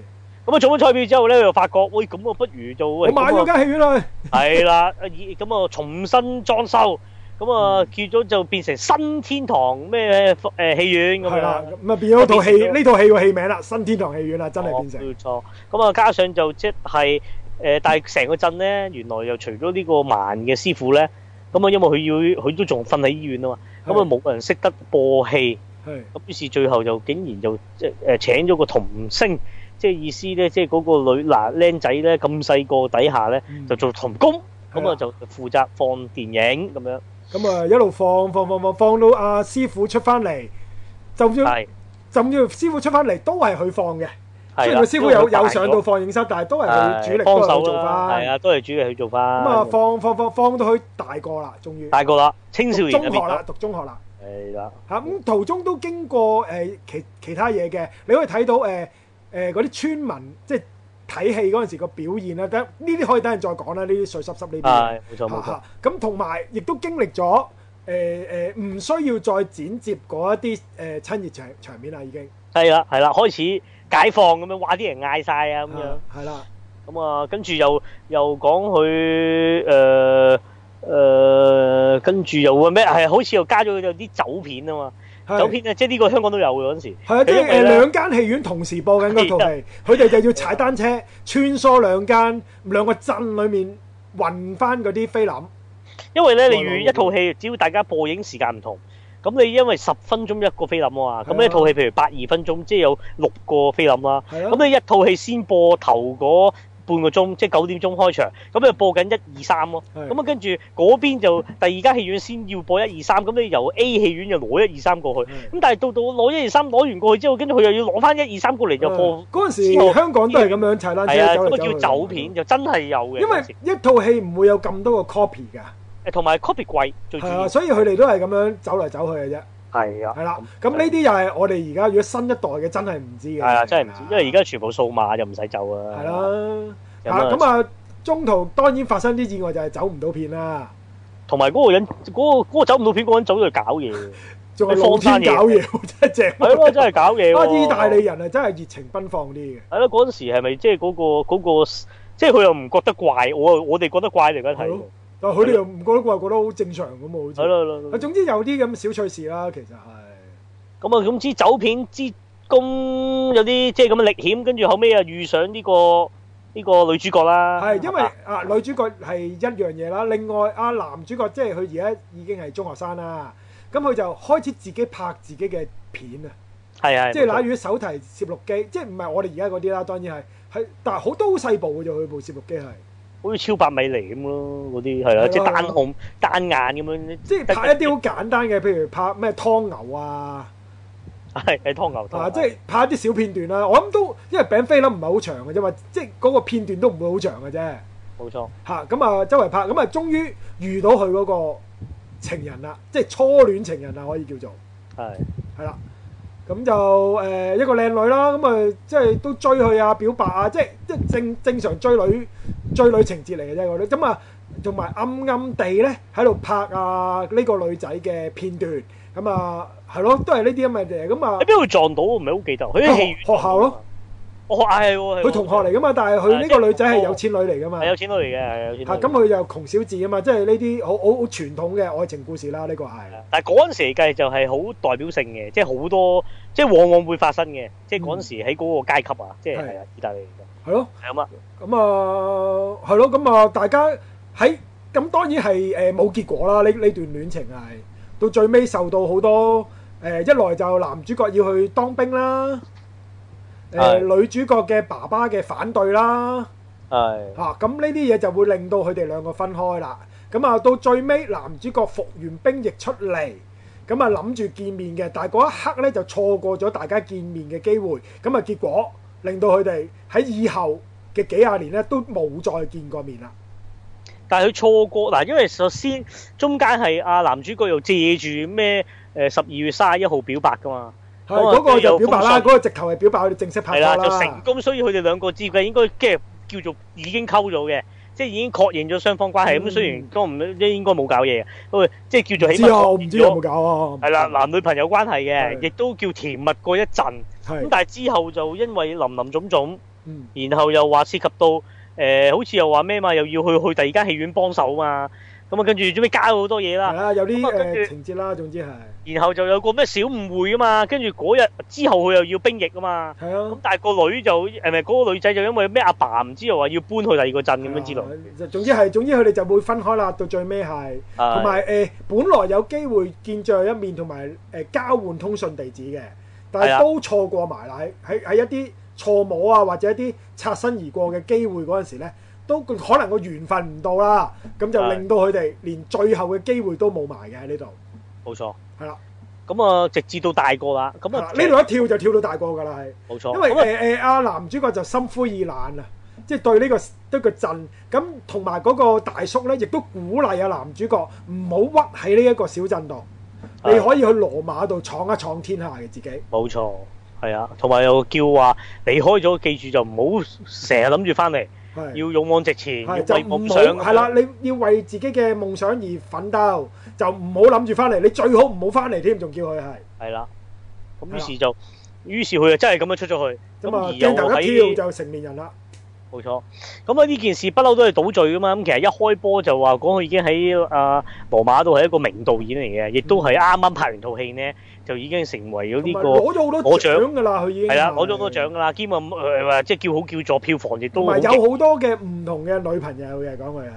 Speaker 1: 咁啊，中咗彩票之後咧，又發覺喂，咁我不如就
Speaker 2: 我
Speaker 1: 我
Speaker 2: 買咗間戲院啦，
Speaker 1: 係啦，以咁啊重新裝修，咁
Speaker 2: 嗯
Speaker 1: 啊叫咗就變成新天堂咩誒戲院咁
Speaker 2: 係啦，
Speaker 1: 樣。
Speaker 2: 咁啊變咗套哦
Speaker 1: 變
Speaker 2: 戲
Speaker 1: 咗
Speaker 2: 呢套戲個戲名啦，新天堂戲院啦，真係變成
Speaker 1: 哦冇錯。咁啊，加上就即係誒，但係成個鎮咧，原來又除咗呢個盲嘅師傅咧，咁啊，因為佢要佢都仲瞓喺醫院啊嘛，咁啊冇人識得播戲。
Speaker 2: 係
Speaker 1: 咁於是最後就竟然就即係誒請咗個童星，即係意思咧，即係嗰個女嗱僆仔咧咁細個底下咧
Speaker 2: 嗯
Speaker 1: 就做童工，咁
Speaker 2: 係
Speaker 1: 啊
Speaker 2: 啦
Speaker 1: 就負責放電影咁樣，
Speaker 2: 咁啊一路放放放放放到阿師傅出翻嚟，就要。
Speaker 1: 係
Speaker 2: 甚至乎師傅出翻嚟都係佢放嘅，雖
Speaker 1: 係
Speaker 2: 然
Speaker 1: 啦。
Speaker 2: 佢師傅
Speaker 1: 因為
Speaker 2: 有
Speaker 1: 佢大
Speaker 2: 有
Speaker 1: 咗
Speaker 2: 上到放映室，但係都係佢主
Speaker 1: 係
Speaker 2: 力幫
Speaker 1: 幫手
Speaker 2: 佢做
Speaker 1: 啦，係
Speaker 2: 翻。
Speaker 1: 啊，都係主力去做翻。
Speaker 2: 咁啊，放放放放到佢大個啦，終於
Speaker 1: 大個啦，青少
Speaker 2: 讀
Speaker 1: 年
Speaker 2: 中
Speaker 1: 入
Speaker 2: 學
Speaker 1: 邊
Speaker 2: 啦
Speaker 1: 啦，，
Speaker 2: 讀中學啦。
Speaker 1: 係啦，
Speaker 2: 嚇啊咁途中都經過誒其其他嘢嘅，你可以睇到誒誒嗰啲村民即係睇戲嗰陣時個表現啦。等呢啲可以等陣再講啦，呢啲碎濕濕呢啲。
Speaker 1: 係冇錯冇錯
Speaker 2: 嚇，咁同埋亦都經歷咗誒誒，唔需要再剪接嗰一啲誒親熱場場面啦，已經
Speaker 1: 係啦係啦，開始解放咁樣，哇！啲人嗌晒啊咁樣
Speaker 2: 嚇。係啦。
Speaker 1: 咁啊，跟住又又講佢誒誒，跟住又會咩？係好似又加咗有啲酒片啊嘛，
Speaker 2: 係
Speaker 1: 酒片咧，即係呢個香港都有嘅嗰陣時。
Speaker 2: 係啊，即係
Speaker 1: 因為
Speaker 2: 誒
Speaker 1: 呢
Speaker 2: 兩間戲院同時播緊嗰套戲，
Speaker 1: 啊
Speaker 2: 佢哋就要踩單車穿梭兩間兩個鎮裏面運翻嗰啲菲林，
Speaker 1: 因為咧，你
Speaker 2: 內
Speaker 1: 預
Speaker 2: 陸
Speaker 1: 一套戲，只要大家播映時間唔同，咁你因為十分鐘一個菲林啊嘛，
Speaker 2: 係
Speaker 1: 咁
Speaker 2: 啊
Speaker 1: 一套戲譬如百二分鐘，即係有六個菲林啦。
Speaker 2: 係咯，
Speaker 1: 咁你啊一套戲先播頭嗰半個鐘，即係九點鐘開場，咁就播緊一二三咯。
Speaker 2: 係
Speaker 1: 咁啊，跟住嗰邊就第二間戲院先要播一二三，咁你由 A 戲院就攞一二三過去。咁但係到到攞一二三攞完過去之後，跟住佢又要攞翻一二三過嚟就播，
Speaker 2: 嗰陣時香港嗯都係咁樣踩單
Speaker 1: 係啊，
Speaker 2: 車走
Speaker 1: 咁
Speaker 2: 嚟
Speaker 1: 啊
Speaker 2: 走
Speaker 1: 叫
Speaker 2: 去
Speaker 1: 走片，就真係有嘅。
Speaker 2: 因為
Speaker 1: 嗰陣時
Speaker 2: 一套戲唔會有咁多個 copy 㗎，
Speaker 1: 誒同埋 copy 貴最主
Speaker 2: 係
Speaker 1: 要
Speaker 2: 啊，所以佢哋都係咁樣走嚟走去嘅啫，
Speaker 1: 係啊，
Speaker 2: 係啦。咁呢啲又係我哋而家如果新一代嘅真係唔知嘅，
Speaker 1: 係啊，真係唔知，因為而家全部數碼就唔使走啊。
Speaker 2: 係啦，
Speaker 1: 咁
Speaker 2: 啊
Speaker 1: 啊
Speaker 2: 咁啊，中途當然發生啲意外就係走唔到片啦。
Speaker 1: 同埋嗰個人嗰個嗰個走唔到片嗰個人走咗去搞嘢，
Speaker 2: 仲係露天搞嘢喎， 真係正。
Speaker 1: 係咯，真 係搞嘢
Speaker 2: 啊！
Speaker 1: 喎。
Speaker 2: 意大利人啊，真係熱情奔放啲嘅。
Speaker 1: 係咯，嗰陣時係咪即係嗰個嗰個，即係佢又唔覺得怪，我我哋覺得怪嚟㗎
Speaker 2: 係
Speaker 1: 睇
Speaker 2: 咯。但啊係佢哋又唔覺得怪，覺得好正常咁喎，好似。
Speaker 1: 係咯係
Speaker 2: 啊，
Speaker 1: 咯。
Speaker 2: 總之有啲咁小趣事啦，其實係
Speaker 1: 咁啊，總之走片之功有啲即係咁嘅歷險，跟住後尾啊遇上呢個呢個女主角啦。
Speaker 2: 係因為啊女主角係一樣嘢啦，另外啊男主角即係佢而家已經係中學生啦，咁佢就開始自己拍自己嘅片啊，
Speaker 1: 係係
Speaker 2: 即係
Speaker 1: 冇錯
Speaker 2: 拿住啲手提攝錄機，即係唔係我哋而家嗰啲啦，當然係係，但係好都好細部嘅啫，佢部攝錄機係，
Speaker 1: 好似超百米嚟咁咯，嗰啲係
Speaker 2: 係
Speaker 1: 啦，
Speaker 2: 咯
Speaker 1: 即係單
Speaker 2: 係咯
Speaker 1: 控單眼咁樣，
Speaker 2: 即係 拍一啲好簡單嘅，譬如拍咩湯牛啊。
Speaker 1: 係哦係湯牛湯。
Speaker 2: 啊，即係拍一啲小片段啦。我諗都因為餅飛粒唔係好長嘅啫嘛，即係嗰個片段都唔會好長嘅啫。
Speaker 1: 冇錯，
Speaker 2: 嚇咁啊，周圍拍咁啊，終於遇到佢嗰個情人啦，即係初戀情人啊，可以叫做
Speaker 1: 係
Speaker 2: 係啦。咁就誒、呃一個靚女啦，咁啊即係都追佢啊，表白啊，即係即係正正常追女追女情節嚟嘅啫，我覺得咁啊，同埋暗暗地咧喺度拍啊呢個女仔嘅片段，咁啊係咯，都係呢啲咁嘅嘢，咁啊
Speaker 1: 喺。邊度撞到？我唔係好記得。佢喺
Speaker 2: 喺
Speaker 1: 戲院
Speaker 2: 學學校咯，
Speaker 1: 我學校係喎，係喎
Speaker 2: 佢同學嚟噶嘛，但係佢呢個女仔係有錢女嚟噶嘛
Speaker 1: 係，有錢佬嚟嘅，係有錢
Speaker 2: 嚇
Speaker 1: 佬嚟嘅。
Speaker 2: 啊咁佢又窮小子啊嘛，即係呢啲好好好傳統嘅愛情故事啦，呢個係
Speaker 1: 但係嗰陣時嚟計就係好代表性嘅，即係好多，即係往往會發生嘅，即係嗰陣時喺嗰個階級啊，即係
Speaker 2: 係
Speaker 1: 係啊，意大利嚟
Speaker 2: 係咯，
Speaker 1: 嘅，係咁啊，
Speaker 2: 咁啊係咯，咁啊大家喺咁當然係誒冇結果啦，呢呢段戀情係到最尾受到好多誒一來就男主角要去當兵啦，誒
Speaker 1: 係
Speaker 2: 女主角嘅爸爸嘅反對啦。
Speaker 1: 係
Speaker 2: 啊，咁呢啲嘢就會令到佢哋兩個分開啦。咁啊，到最尾男主角服完兵役出嚟，咁啊諗住見面嘅，但係嗰一刻呢，就錯過咗大家見面嘅機會。咁啊，結果令到佢哋喺以後嘅幾廿年呢，都冇再見過面啦。
Speaker 1: 但係佢錯過嗱，因為首先中間係阿男主角又借住咩誒十二月三十一號表白㗎嘛，
Speaker 2: 係
Speaker 1: 咁啊
Speaker 2: 嗰個就表白
Speaker 1: 有
Speaker 2: 啦，
Speaker 1: 封信
Speaker 2: 嗰個直頭係表白，佢哋正式
Speaker 1: 係
Speaker 2: 拍拖
Speaker 1: 啦，就成
Speaker 2: 啦。
Speaker 1: 功，所以佢哋兩個之間應該即係叫做已經溝咗嘅，即係已經確認咗雙方關係。咁、
Speaker 2: 嗯
Speaker 1: 雖然都唔應該冇搞嘢嘅，喂，即係叫做
Speaker 2: 唔
Speaker 1: 起
Speaker 2: 知
Speaker 1: 碼
Speaker 2: 啊，我
Speaker 1: 確
Speaker 2: 唔
Speaker 1: 認
Speaker 2: 知有冇
Speaker 1: 咗。
Speaker 2: 搞啊。
Speaker 1: 係啦，男女朋友關係
Speaker 2: 係
Speaker 1: 嘅，亦都叫甜蜜過一陣。咁
Speaker 2: 係，
Speaker 1: 但係之後就因為林林種種，
Speaker 2: 嗯，
Speaker 1: 然後又話涉及到誒、呃好似又話咩嘛，又要去去第二間戲院幫手嘛。咁啊，跟住最尾加咗好多嘢
Speaker 2: 係
Speaker 1: 啦。
Speaker 2: 啦，有啲
Speaker 1: 咁啊跟住
Speaker 2: 誒情節啦，總之係
Speaker 1: 然後就有個咩小誤會啊嘛。跟住嗰日之後，佢又要兵役啊嘛。
Speaker 2: 係
Speaker 1: 咁
Speaker 2: 啊。
Speaker 1: 但係個女就誒咪嗰個女仔就因為咩阿爸唔知又話要搬去第二個鎮咁樣之類，
Speaker 2: 就總之係，總之佢哋就會分開啦。到最尾係。啊
Speaker 1: 啊
Speaker 2: 同埋誒，本來有機會見最後一面，同埋誒交換通訊地址嘅，但
Speaker 1: 係
Speaker 2: 係
Speaker 1: 啊
Speaker 2: 都錯過埋啦。喺喺喺一啲錯摸啊，或者一啲擦身而過嘅機會嗰陣時咧，都可能個緣分唔到啦，咁就
Speaker 1: 係
Speaker 2: 令到佢哋連最後嘅機會都冇埋嘅喺呢度。
Speaker 1: 冇錯。
Speaker 2: 係啦，
Speaker 1: 咁啊，直至到大個啦，咁
Speaker 2: 係啦
Speaker 1: 啊
Speaker 2: 呢度一跳就跳到大個㗎啦，係。
Speaker 1: 冇錯，
Speaker 2: 因為
Speaker 1: 咁啊
Speaker 2: 誒誒阿男主角就心灰意冷啊，即係對呢、個對個陣咁，同埋嗰個大叔咧，亦都鼓勵阿男主角唔好屈喺呢一個小鎮度，
Speaker 1: 係
Speaker 2: 你可以去羅馬度闖一闖天下嘅自己。
Speaker 1: 冇錯，係啊，同埋又叫話離開咗，記住就唔好成日諗住翻嚟，
Speaker 2: 係
Speaker 1: 要勇往直前，要
Speaker 2: 係
Speaker 1: 為
Speaker 2: 就唔
Speaker 1: 夢
Speaker 2: 好
Speaker 1: 想。
Speaker 2: 係啦，，你要為自己嘅夢想而奮鬥，就唔好諗住翻嚟，你最好唔好翻嚟添，仲叫佢係
Speaker 1: 係啦。咁於
Speaker 2: 係
Speaker 1: 是就，於是佢就真係咁樣出咗去。
Speaker 2: 咁啊
Speaker 1: 而又
Speaker 2: 鏡頭
Speaker 1: 喺
Speaker 2: 一跳就成年人啦，
Speaker 1: 冇錯，咁啊呢件事不嬲都係倒敍噶嘛。咁其實一開波就話講佢已經喺啊羅馬度係一個名導演嚟嘅，亦都係啱啱拍完套戲呢，就已經成為咗
Speaker 2: 同
Speaker 1: 呢
Speaker 2: 埋
Speaker 1: 個
Speaker 2: 攞咗好多
Speaker 1: 攞獎
Speaker 2: 獎㗎啦，佢已經
Speaker 1: 係啦，攞咗好多獎，噶啦。兼啊誒即係叫好叫座，票房亦
Speaker 2: 同
Speaker 1: 都好
Speaker 2: 埋有
Speaker 1: 勁
Speaker 2: 好多嘅唔同嘅女朋友嘅講佢係。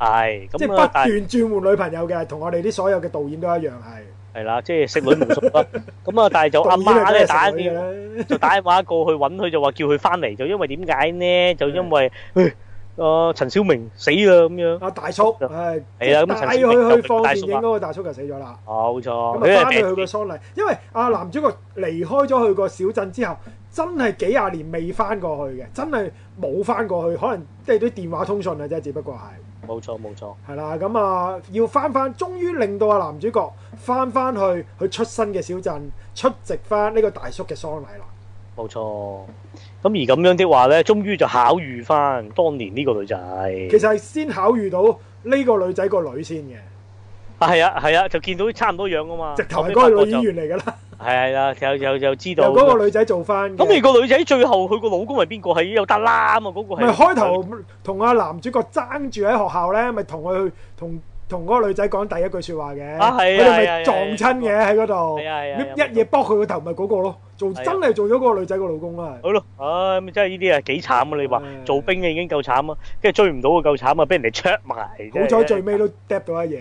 Speaker 1: 係
Speaker 2: 即
Speaker 1: 咁
Speaker 2: 係不
Speaker 1: 啊，但係
Speaker 2: 斷轉換女朋友嘅，同我哋啲所有嘅導演都一樣係。
Speaker 1: 係啦，即係食女無數 啦。咁啊，但係就
Speaker 2: 導
Speaker 1: 阿
Speaker 2: 演係
Speaker 1: 媽
Speaker 2: 梗係
Speaker 1: 咧打
Speaker 2: 食女
Speaker 1: 電
Speaker 2: 嘅啦，
Speaker 1: 就打電話過去揾佢，就話叫佢翻嚟，就因為點解呢？就 因為誒啊陳小明死啦咁樣。
Speaker 2: 阿 大叔係
Speaker 1: 係啦咁啊陳
Speaker 2: 帶
Speaker 1: 小明
Speaker 2: 佢去
Speaker 1: 就
Speaker 2: 放
Speaker 1: 大
Speaker 2: 電
Speaker 1: 叔啊哦
Speaker 2: 影
Speaker 1: 啦
Speaker 2: 嗰個大叔就死咗啦。
Speaker 1: 冇錯，
Speaker 2: 咁啊，翻去
Speaker 1: 病
Speaker 2: 佢個喪禮，因為阿男主角離開咗佢個小鎮之後，真係幾廿年未翻過去嘅，真係冇翻過去，可能即係啲電話通訊啊啫，只不過係
Speaker 1: 冇錯冇錯，
Speaker 2: 係啦。咁啊，要翻翻，終於令到阿男主角翻翻去佢出身嘅小鎮，出席翻呢個大叔嘅喪禮啦。
Speaker 1: 冇錯。咁而咁樣的話咧，終於就巧遇翻當年呢個女仔。
Speaker 2: 其實係先考慮到呢個女仔個女先嘅。
Speaker 1: 係啊係啊，就見到差唔多樣噶嘛。
Speaker 2: 直頭係
Speaker 1: 後尾發
Speaker 2: 嗰個女
Speaker 1: 覺
Speaker 2: 演
Speaker 1: 就
Speaker 2: 員嚟㗎啦，
Speaker 1: 係啦，就就就知
Speaker 2: 由
Speaker 1: 道。
Speaker 2: 嗰個女仔做翻嘅。
Speaker 1: 咁你個女仔最後佢個老公係邊個？係有得啦啊嘛，嗰個係。
Speaker 2: 咪開頭同阿男主角爭住喺學校咧，咪同佢去同同嗰個女仔講第一句説話嘅，
Speaker 1: 啊
Speaker 2: 佢
Speaker 1: 係啊
Speaker 2: 哋咪
Speaker 1: 係啊
Speaker 2: 撞
Speaker 1: 係啊
Speaker 2: 親嘅喺嗰度，
Speaker 1: 係啊係啊係啊
Speaker 2: 一嘢卜佢個頭咪嗰個咯，做
Speaker 1: 係啊
Speaker 2: 真係做咗嗰個女仔個老公啦。
Speaker 1: 好咯，唉，咪真係呢啲啊幾慘啊！你話
Speaker 2: 唉
Speaker 1: 做兵嘅已經夠慘啊，跟住追唔到啊夠慘啊，俾人哋 check 埋。
Speaker 2: 好彩最尾都 d 到一嘢，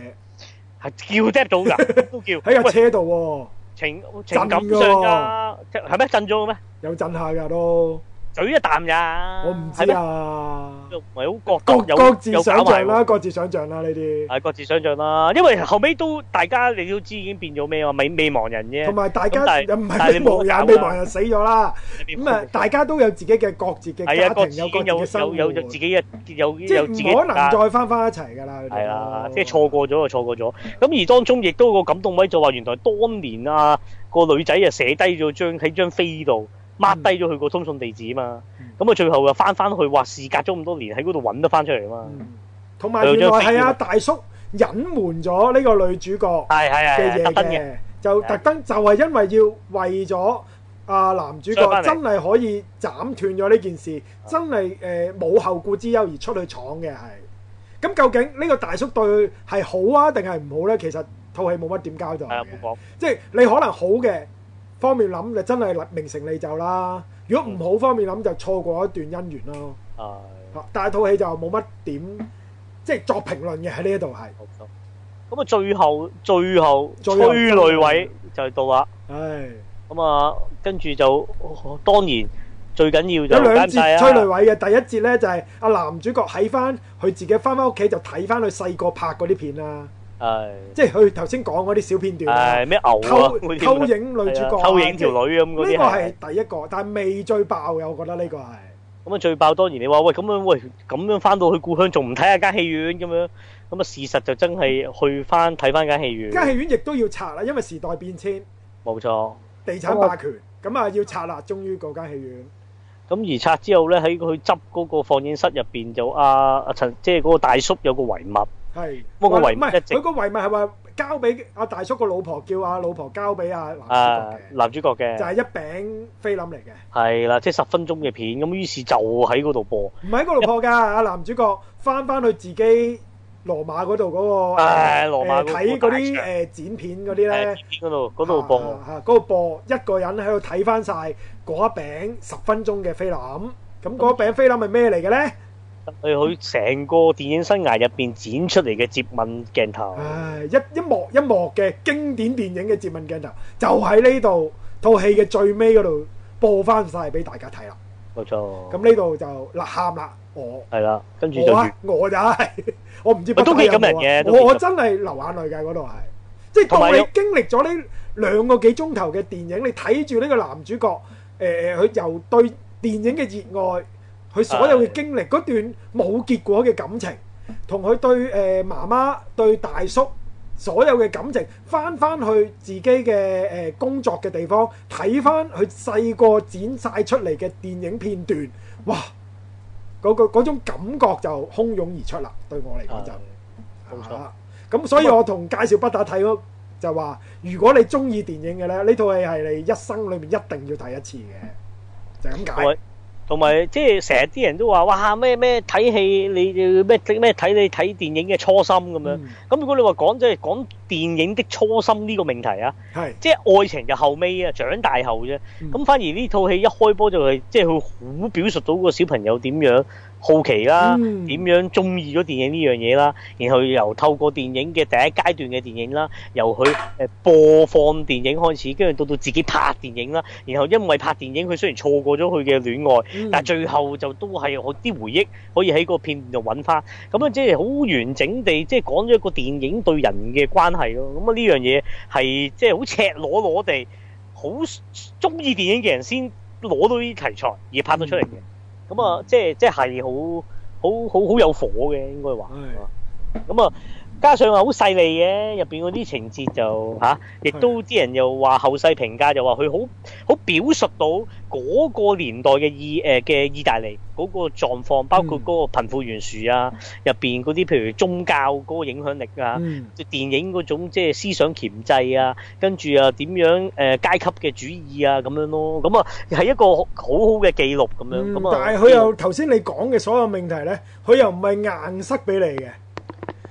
Speaker 1: 係叫 d 到 㗎，都叫。
Speaker 2: 喺架
Speaker 1: 喂
Speaker 2: 車度
Speaker 1: 情情感
Speaker 2: 震㗎喎
Speaker 1: 上㗎，係咩震咗嘅咩？
Speaker 2: 喎，有震下㗎都，
Speaker 1: 嘴一啖咋？
Speaker 2: 我唔
Speaker 1: 係
Speaker 2: 知
Speaker 1: 咩。
Speaker 2: 啊，
Speaker 1: 唔係好覺
Speaker 2: 各
Speaker 1: 得有
Speaker 2: 各自
Speaker 1: 有搞
Speaker 2: 想
Speaker 1: 埋
Speaker 2: 像啦，
Speaker 1: 喎，
Speaker 2: 各自想像啦呢啲，
Speaker 1: 係各自想像啦。因為後尾都大家你都知已經變咗咩啊，未未亡人啫。
Speaker 2: 同埋大
Speaker 1: 咁
Speaker 2: 家
Speaker 1: 但係
Speaker 2: 又唔
Speaker 1: 但係
Speaker 2: 係
Speaker 1: 你
Speaker 2: 被
Speaker 1: 冇
Speaker 2: 亡
Speaker 1: 搞
Speaker 2: 人，
Speaker 1: 啊
Speaker 2: 被亡人死咗啦。咁啊，
Speaker 1: 係
Speaker 2: 大家都有自己嘅各自嘅
Speaker 1: 啊，各
Speaker 2: 家
Speaker 1: 自
Speaker 2: 庭，
Speaker 1: 已
Speaker 2: 有
Speaker 1: 經
Speaker 2: 各自嘅
Speaker 1: 有
Speaker 2: 生
Speaker 1: 有
Speaker 2: 活，
Speaker 1: 有有自己嘅有
Speaker 2: 即係
Speaker 1: 有自己
Speaker 2: 唔可能
Speaker 1: 家
Speaker 2: 再翻翻一齊㗎啦。佢哋
Speaker 1: 係啦，
Speaker 2: 都
Speaker 1: 即係錯過咗就錯過咗。咁而當中亦都有個感動位就話，原來當年啊個女仔啊寫低咗張喺張飛度。抹低咗佢個通訊地址嘛，
Speaker 2: 嗯
Speaker 1: 咁啊最後又翻翻去，話事隔咗咁多年喺嗰度揾得翻出嚟嘛，
Speaker 2: 嗯同埋原來係啊，大叔隱瞞咗呢個女主角
Speaker 1: 係係係
Speaker 2: 嘅
Speaker 1: 係
Speaker 2: 嘢
Speaker 1: 特登嘅，
Speaker 2: 嘅，就特登就係因為要為咗啊男主
Speaker 1: 追
Speaker 2: 角
Speaker 1: 返嚟
Speaker 2: 真係可以斬斷咗呢件事，真係誒冇後顧之憂而出去闖嘅係。咁究竟呢個大叔對佢係好啊定係唔好呢？其實套戲冇乜點交代
Speaker 1: 係啊
Speaker 2: 嘅。
Speaker 1: 冇講，
Speaker 2: 即係你可能好嘅方面諗，就真係名成利就啦；如果
Speaker 1: 嗯
Speaker 2: 唔好方面諗，就錯過一段姻緣咯。
Speaker 1: 係
Speaker 2: 嚇但係套戲就冇乜點即係作評論嘅喺呢一度係，
Speaker 1: 冇錯。咁啊最後最後
Speaker 2: 最
Speaker 1: 催
Speaker 2: 後
Speaker 1: 淚位就到啦，
Speaker 2: 唉，
Speaker 1: 咁啊跟住就哦當然最緊要
Speaker 2: 有
Speaker 1: 就
Speaker 2: 兩
Speaker 1: 梗係
Speaker 2: 節催淚
Speaker 1: 啊，
Speaker 2: 位嘅。第一節呢，就係、阿男主角喺翻佢自己翻翻屋企就睇翻佢細個拍嗰啲片啦，
Speaker 1: 係
Speaker 2: 即係佢頭先講嗰啲小片段啦，
Speaker 1: 係咩牛啊
Speaker 2: 偷
Speaker 1: 嗰啲
Speaker 2: 偷影女主角啊，
Speaker 1: 偷影條女咁嗰啲
Speaker 2: 即係呢個係第一個，但係未最爆嘅，我覺得呢個係。
Speaker 1: 咁啊最爆當然你話喂咁樣喂咁樣翻到去故鄉仲唔睇下間戲院咁樣，咁啊事實就真係去翻睇翻間戲院，
Speaker 2: 間戲院亦都要拆啦，因為時代變遷。
Speaker 1: 冇錯。
Speaker 2: 地產霸權，咁啊要拆啦，終於嗰間戲院。
Speaker 1: 咁而拆之後咧，喺佢執嗰個放映室入邊就啊阿阿陳，即係嗰個大叔有個遺物，
Speaker 2: 係，
Speaker 1: 不過個遺物
Speaker 2: 唔係
Speaker 1: 一直
Speaker 2: 佢個遺物係話交俾阿大叔個老婆，叫阿老婆交俾阿男
Speaker 1: 啊
Speaker 2: 主角
Speaker 1: 男主角
Speaker 2: 嘅，就
Speaker 1: 嘅，
Speaker 2: 係一餅菲林嚟嘅，
Speaker 1: 係啦，即係十分鐘嘅片，咁於是就喺嗰度播，
Speaker 2: 唔喺嗰度破㗎。阿男主角翻翻去自己羅馬嗰度嗰個，
Speaker 1: 唉羅馬嗰
Speaker 2: 誒
Speaker 1: 個
Speaker 2: 睇嗰
Speaker 1: 大
Speaker 2: 啲
Speaker 1: 場
Speaker 2: 誒剪片嗰啲
Speaker 1: 誒片
Speaker 2: 咧，
Speaker 1: 嗰度嗰度播，
Speaker 2: 啊啊啊嗰度播一個人喺度睇翻晒嗰一餅十分鐘嘅菲林。咁嗰餅菲林係咩嚟嘅咧？啊
Speaker 1: 佢佢成個電影生涯入邊剪出嚟嘅接吻鏡頭，
Speaker 2: 唉，一一幕一幕嘅經典電影嘅接吻鏡頭，就喺呢度套戲嘅最尾嗰度播翻晒俾大家睇啦。
Speaker 1: 冇錯，
Speaker 2: 咁呢度就嗱喊啦，我
Speaker 1: 係啦，跟住就
Speaker 2: 我
Speaker 1: 完
Speaker 2: 啊，我就係 我唔知不
Speaker 1: 喂都
Speaker 2: 打
Speaker 1: 幾
Speaker 2: 有冇
Speaker 1: 感人
Speaker 2: 啊
Speaker 1: 嘅
Speaker 2: 我
Speaker 1: 都
Speaker 2: 我
Speaker 1: 幾
Speaker 2: 真係流眼淚㗎嗰度係，即係
Speaker 1: 同埋
Speaker 2: 當你
Speaker 1: 有
Speaker 2: 經歷咗呢兩個幾鐘頭嘅電影，你睇住呢個男主角誒誒，佢、由對電影嘅熱愛，佢所有嘅經歷嗰段冇結果嘅感情，同佢對誒、呃、媽媽對大叔。所有嘅感情翻翻去自己嘅誒、呃工作嘅地方，睇翻佢細個剪晒出嚟嘅電影片段，哇！嗰、個嗰種感覺就洶湧而出啦，對我嚟講就
Speaker 1: 係啊冇錯
Speaker 2: 啊咁所以我同介紹不打睇嗰就話，如果你中意電影嘅咧，呢套戲係你一生裏面一定要睇一次嘅，就係咁
Speaker 1: 同埋
Speaker 2: 解。
Speaker 1: 同埋即係成日啲人都話哇咩咩睇戲你你咩咩睇你睇電影嘅初心咁樣，
Speaker 2: 嗯
Speaker 1: 咁如果你話講即係講電影的初心呢個命題啊。
Speaker 2: 係
Speaker 1: 即係愛情就後尾啊，長大後啫。
Speaker 2: 嗯
Speaker 1: 咁、反而呢套戲一開波就係、即係佢好表述到個小朋友點樣好奇啦，啊點、
Speaker 2: 嗯
Speaker 1: 樣中意咗電影呢樣嘢啦，然後由透過電影嘅第一階段嘅電影啦，由佢誒播放電影開始，跟住到到自己拍電影啦，然後因為拍電影，佢雖然錯過咗佢嘅戀愛。
Speaker 2: 嗯
Speaker 1: 但最後就都係我啲回憶可以喺個片段度揾翻，咁啊即係好完整地即係講咗一個電影對人嘅關係咯。咁啊呢樣嘢係即係好赤裸裸地，好中意電影嘅人先攞到呢啲題材而拍到出嚟嘅。咁啊即係即係係好好好好有火嘅應該話
Speaker 2: 係。
Speaker 1: 咁啊，加上啊好細膩嘅，入邊嗰啲情節就吓，亦、都啲人又話後世評價就話佢好好表述到嗰個年代嘅意誒嘅意大利嗰、個狀況，包
Speaker 2: 嗯
Speaker 1: 括嗰個貧富懸殊啊，入邊嗰啲譬如宗教嗰個影響力啊。
Speaker 2: 嗯
Speaker 1: 電影嗰種即係思想鉗制啊，跟住啊點樣誒、呃、階級嘅主義啊咁樣咯，咁啊係一個好好嘅記錄咁樣，
Speaker 2: 嗯
Speaker 1: 咁啊、
Speaker 2: 但係佢又頭先你講嘅所有命題咧，佢又唔係硬塞俾你嘅，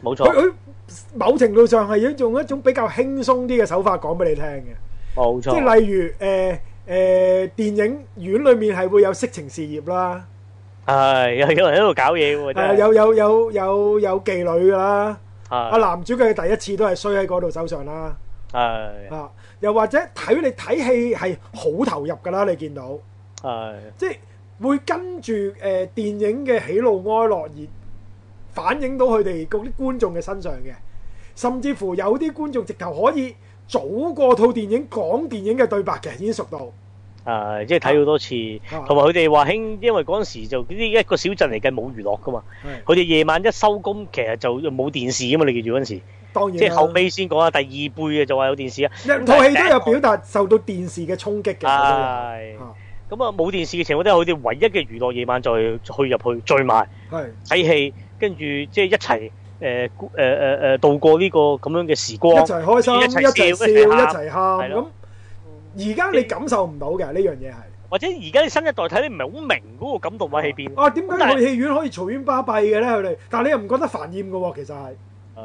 Speaker 1: 冇
Speaker 2: 佢
Speaker 1: 錯
Speaker 2: 佢某程度上係要用一種比較輕鬆啲嘅手法講俾你聽嘅。
Speaker 1: 冇
Speaker 2: 即
Speaker 1: 錯，
Speaker 2: 係例如誒誒、呃呃、電影院裏面係會有色情事業啦，
Speaker 1: 係有有人喺度搞嘢喎，
Speaker 2: 誒、
Speaker 1: 真係
Speaker 2: 有有有有有妓女㗎啦，阿
Speaker 1: 係
Speaker 2: 男主角嘅第一次都係衰喺嗰度手上啦，
Speaker 1: 係
Speaker 2: 啊又或者睇你睇戲係好投入㗎啦，你見到
Speaker 1: 係
Speaker 2: 即係會跟住誒、呃、電影嘅喜怒哀樂而反映到佢哋嗰啲觀眾嘅身上嘅，甚至乎有啲觀眾直頭可以早過套電影講電影嘅對白嘅，已經熟 到。
Speaker 1: 係，即係睇好多次，
Speaker 2: 啊
Speaker 1: 同埋佢哋話興，因為嗰陣時就呢一個小鎮嚟計冇娛樂噶嘛，
Speaker 2: 係
Speaker 1: 佢哋夜晚一收工其實就冇電視噶嘛，你記住嗰陣時，
Speaker 2: 當然
Speaker 1: 即係
Speaker 2: 啦
Speaker 1: 後尾先講啊，第二輩嘅就話有電視啊，
Speaker 2: 一套戲都有表達受到電視嘅衝擊
Speaker 1: 係
Speaker 2: 嘅，佢都有啊
Speaker 1: 咁啊冇電視嘅情況底下，佢哋唯一嘅娛樂夜晚就係去入去聚埋。
Speaker 2: 係
Speaker 1: 睇戲，跟住即係一齊誒誒誒誒度過呢個咁樣嘅時
Speaker 2: 一
Speaker 1: 光，
Speaker 2: 齊開心，
Speaker 1: 一齊笑
Speaker 2: 一齊笑，
Speaker 1: 一齊喊
Speaker 2: 一齊喊
Speaker 1: 係咯
Speaker 2: 咁。而家你感受唔到嘅呢樣嘢係
Speaker 1: 或者而家啲新一代睇你唔係好明嗰個感動位喺邊。
Speaker 2: 啊？點解
Speaker 1: 但係
Speaker 2: 佢戲院可以嘈冤巴閉嘅咧？佢哋，但係你又唔覺得煩厭嘅喎，其實係
Speaker 1: 係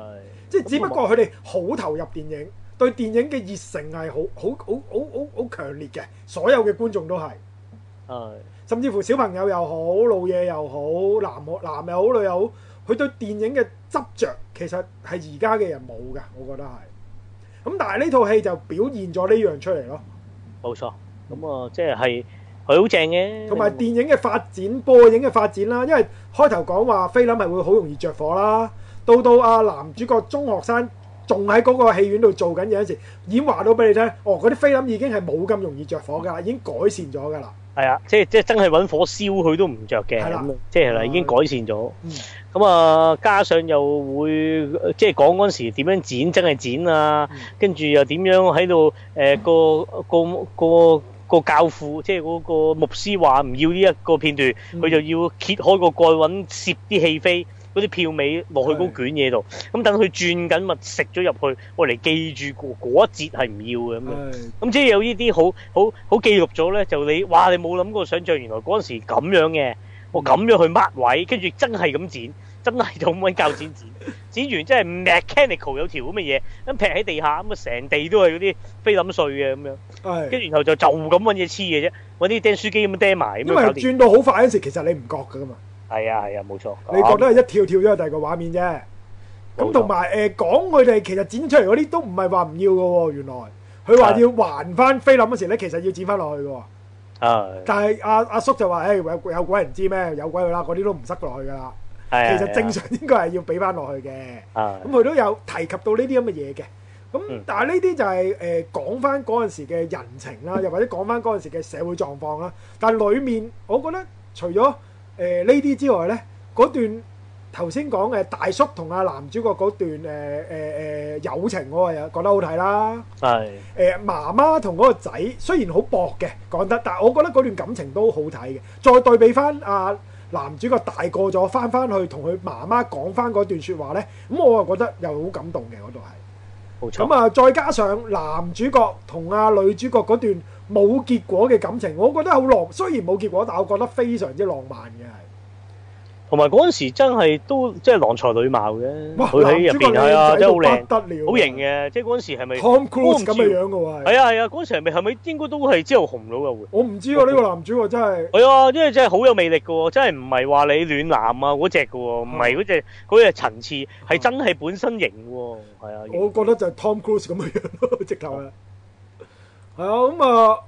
Speaker 2: 即係只不過佢哋好投入電影，對電影嘅熱誠係好好好好好好強烈嘅，所有嘅觀眾都係，
Speaker 1: 係
Speaker 2: 甚至乎小朋友又好，老嘢又好，男好男又好，女又好，佢對電影嘅執着其實係而家嘅人冇㗎，我覺得係。咁但係呢套戲就表現咗呢樣出嚟咯，
Speaker 1: 冇錯。咁啊，即係係佢好正嘅，
Speaker 2: 同埋電影嘅發展、播映嘅發展啦，因為開頭講話菲林係會好容易着火啦，到到啊男主角中學生仲喺嗰個戲院度做緊嘢嗰時，已經話到俾你聽，哦嗰啲菲林已經係冇咁容易着火㗎啦，已經改善咗㗎啦。
Speaker 1: 係啊，即係即係真係揾火燒佢都唔着嘅，
Speaker 2: 係啦
Speaker 1: 咁啊即係啦，已經改善咗
Speaker 2: 嗯。
Speaker 1: 咁啊，加上又會即係講嗰陣時點樣剪，真係剪啊
Speaker 2: 嗯，
Speaker 1: 跟住又點樣喺度誒個個個個教父，即係嗰個牧師話唔要呢一個片段，
Speaker 2: 嗯
Speaker 1: 佢就要揭開個蓋揾攝啲戲飛。嗰啲票尾落去嗰卷嘢度，咁等佢轉緊咪食咗入去，我嚟記住嗰嗰一節係唔要嘅咁樣。
Speaker 2: 係
Speaker 1: 咁即係有呢啲好好好記錄咗咧，就你哇你冇諗過想像原來嗰陣時咁樣嘅，
Speaker 2: 嗯
Speaker 1: 我咁樣去 mark 位，跟住真係咁剪，真係就咁揾鉸剪 剪，剪完真係 mechanical 有條咁嘅嘢，咁劈喺地下咁啊，成地都係嗰啲菲林碎嘅咁樣，
Speaker 2: 係
Speaker 1: 跟。住然後就就咁揾嘢黐嘅啫，揾啲釘書機咁釘埋咁
Speaker 2: 因
Speaker 1: 樣
Speaker 2: 為
Speaker 1: 搞掂。
Speaker 2: 轉到好快嗰陣時，其實你唔覺㗎嘛，
Speaker 1: 係啊係啊，冇錯。
Speaker 2: 你覺得係一跳跳咗去第二個畫面啫。
Speaker 1: 冇
Speaker 2: 咁
Speaker 1: 錯
Speaker 2: 同埋誒講佢哋其實剪出嚟嗰啲都唔係話唔要嘅喎，原來佢話要還翻菲林嗰時咧，其實要剪翻落去嘅喎。
Speaker 1: 係
Speaker 2: 但係阿阿叔就話：誒有有鬼人知咩？有鬼佢啦，嗰啲都唔塞落去㗎啦。其
Speaker 1: 係
Speaker 2: 實正常應該係要俾翻落去嘅。
Speaker 1: 啊
Speaker 2: 咁佢都有提及到呢啲咁嘅嘢嘅。咁
Speaker 1: 嗯
Speaker 2: 但係呢啲就係誒講翻嗰陣時嘅人情啦，又或者講翻嗰陣時嘅社會狀況啦。但係裡面我覺得除咗誒呢啲之外咧，嗰段頭先講誒大叔同阿男主角嗰段誒誒誒友情，我又覺得好睇啦。
Speaker 1: 係
Speaker 2: 誒、媽媽同嗰個仔雖然好薄嘅講得，但係我覺得嗰段感情都好睇嘅。再對比翻啊男主角大個咗，翻翻去同佢媽媽講翻嗰段説話呢，咁我啊覺得又好感動嘅嗰度係。
Speaker 1: 冇錯。
Speaker 2: 咁啊，再加上男主角同啊女主角嗰段冇結果嘅感情，我覺得好浪。雖然冇結果，但我覺得非常之浪漫嘅係。
Speaker 1: 同埋嗰陣時真係都即係郎才女貌嘅，
Speaker 2: 哇！
Speaker 1: 佢喺入邊係啊，
Speaker 2: 男主
Speaker 1: 真係好
Speaker 2: 角
Speaker 1: 靚
Speaker 2: 靚，到不得了，
Speaker 1: 好型。嘅。即係嗰陣時係咪？
Speaker 2: Tom Cruise
Speaker 1: 光
Speaker 2: 咁
Speaker 1: 照
Speaker 2: 嘅樣嘅喎係，
Speaker 1: 係啊係啊，嗰陣時係咪係咪應該都係之後紅咗嘅會？
Speaker 2: 我唔知喎呢個男主角真係。
Speaker 1: 係啊，因為真係好有魅力嘅喎，真係唔係話你暖男啊嗰只嘅喎，唔係嗰只嗰隻層次，係真係本身型喎，係啊，型
Speaker 2: 我覺得就係 Tom Cruise 咁嘅樣咯， 直頭係。係啊，咁啊，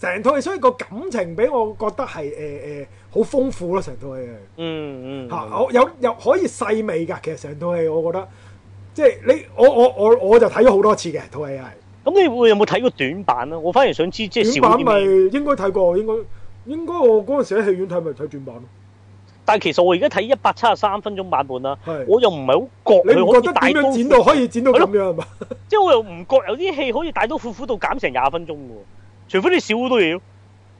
Speaker 2: 成套戲所以個感情俾我覺得係誒誒好豐富咯，成套戲係
Speaker 1: 嗯嗯，
Speaker 2: 嚇，我有有可以細味㗎。其實成套戲我覺得，即係你我我我我就睇咗好多次嘅套戲係。
Speaker 1: 咁你會有冇睇過短版啊？我反而想知即係
Speaker 2: 短
Speaker 1: 少啲
Speaker 2: 版咪
Speaker 1: 咩？
Speaker 2: 應該睇過，應該應該我嗰陣時喺戲院睇咪睇短版咯。
Speaker 1: 但係其實我而家睇一百七十三分鐘版本啦，
Speaker 2: 係
Speaker 1: 我又唔係好覺
Speaker 2: 你唔
Speaker 1: 佢可
Speaker 2: 覺
Speaker 1: 以
Speaker 2: 得
Speaker 1: 大
Speaker 2: 點
Speaker 1: 刀闊
Speaker 2: 樣剪到可以剪到咁樣係嘛？
Speaker 1: 即係我又唔覺有啲戲可以大刀闊斧到減成廿分鐘喎，除非你少好多嘢咯。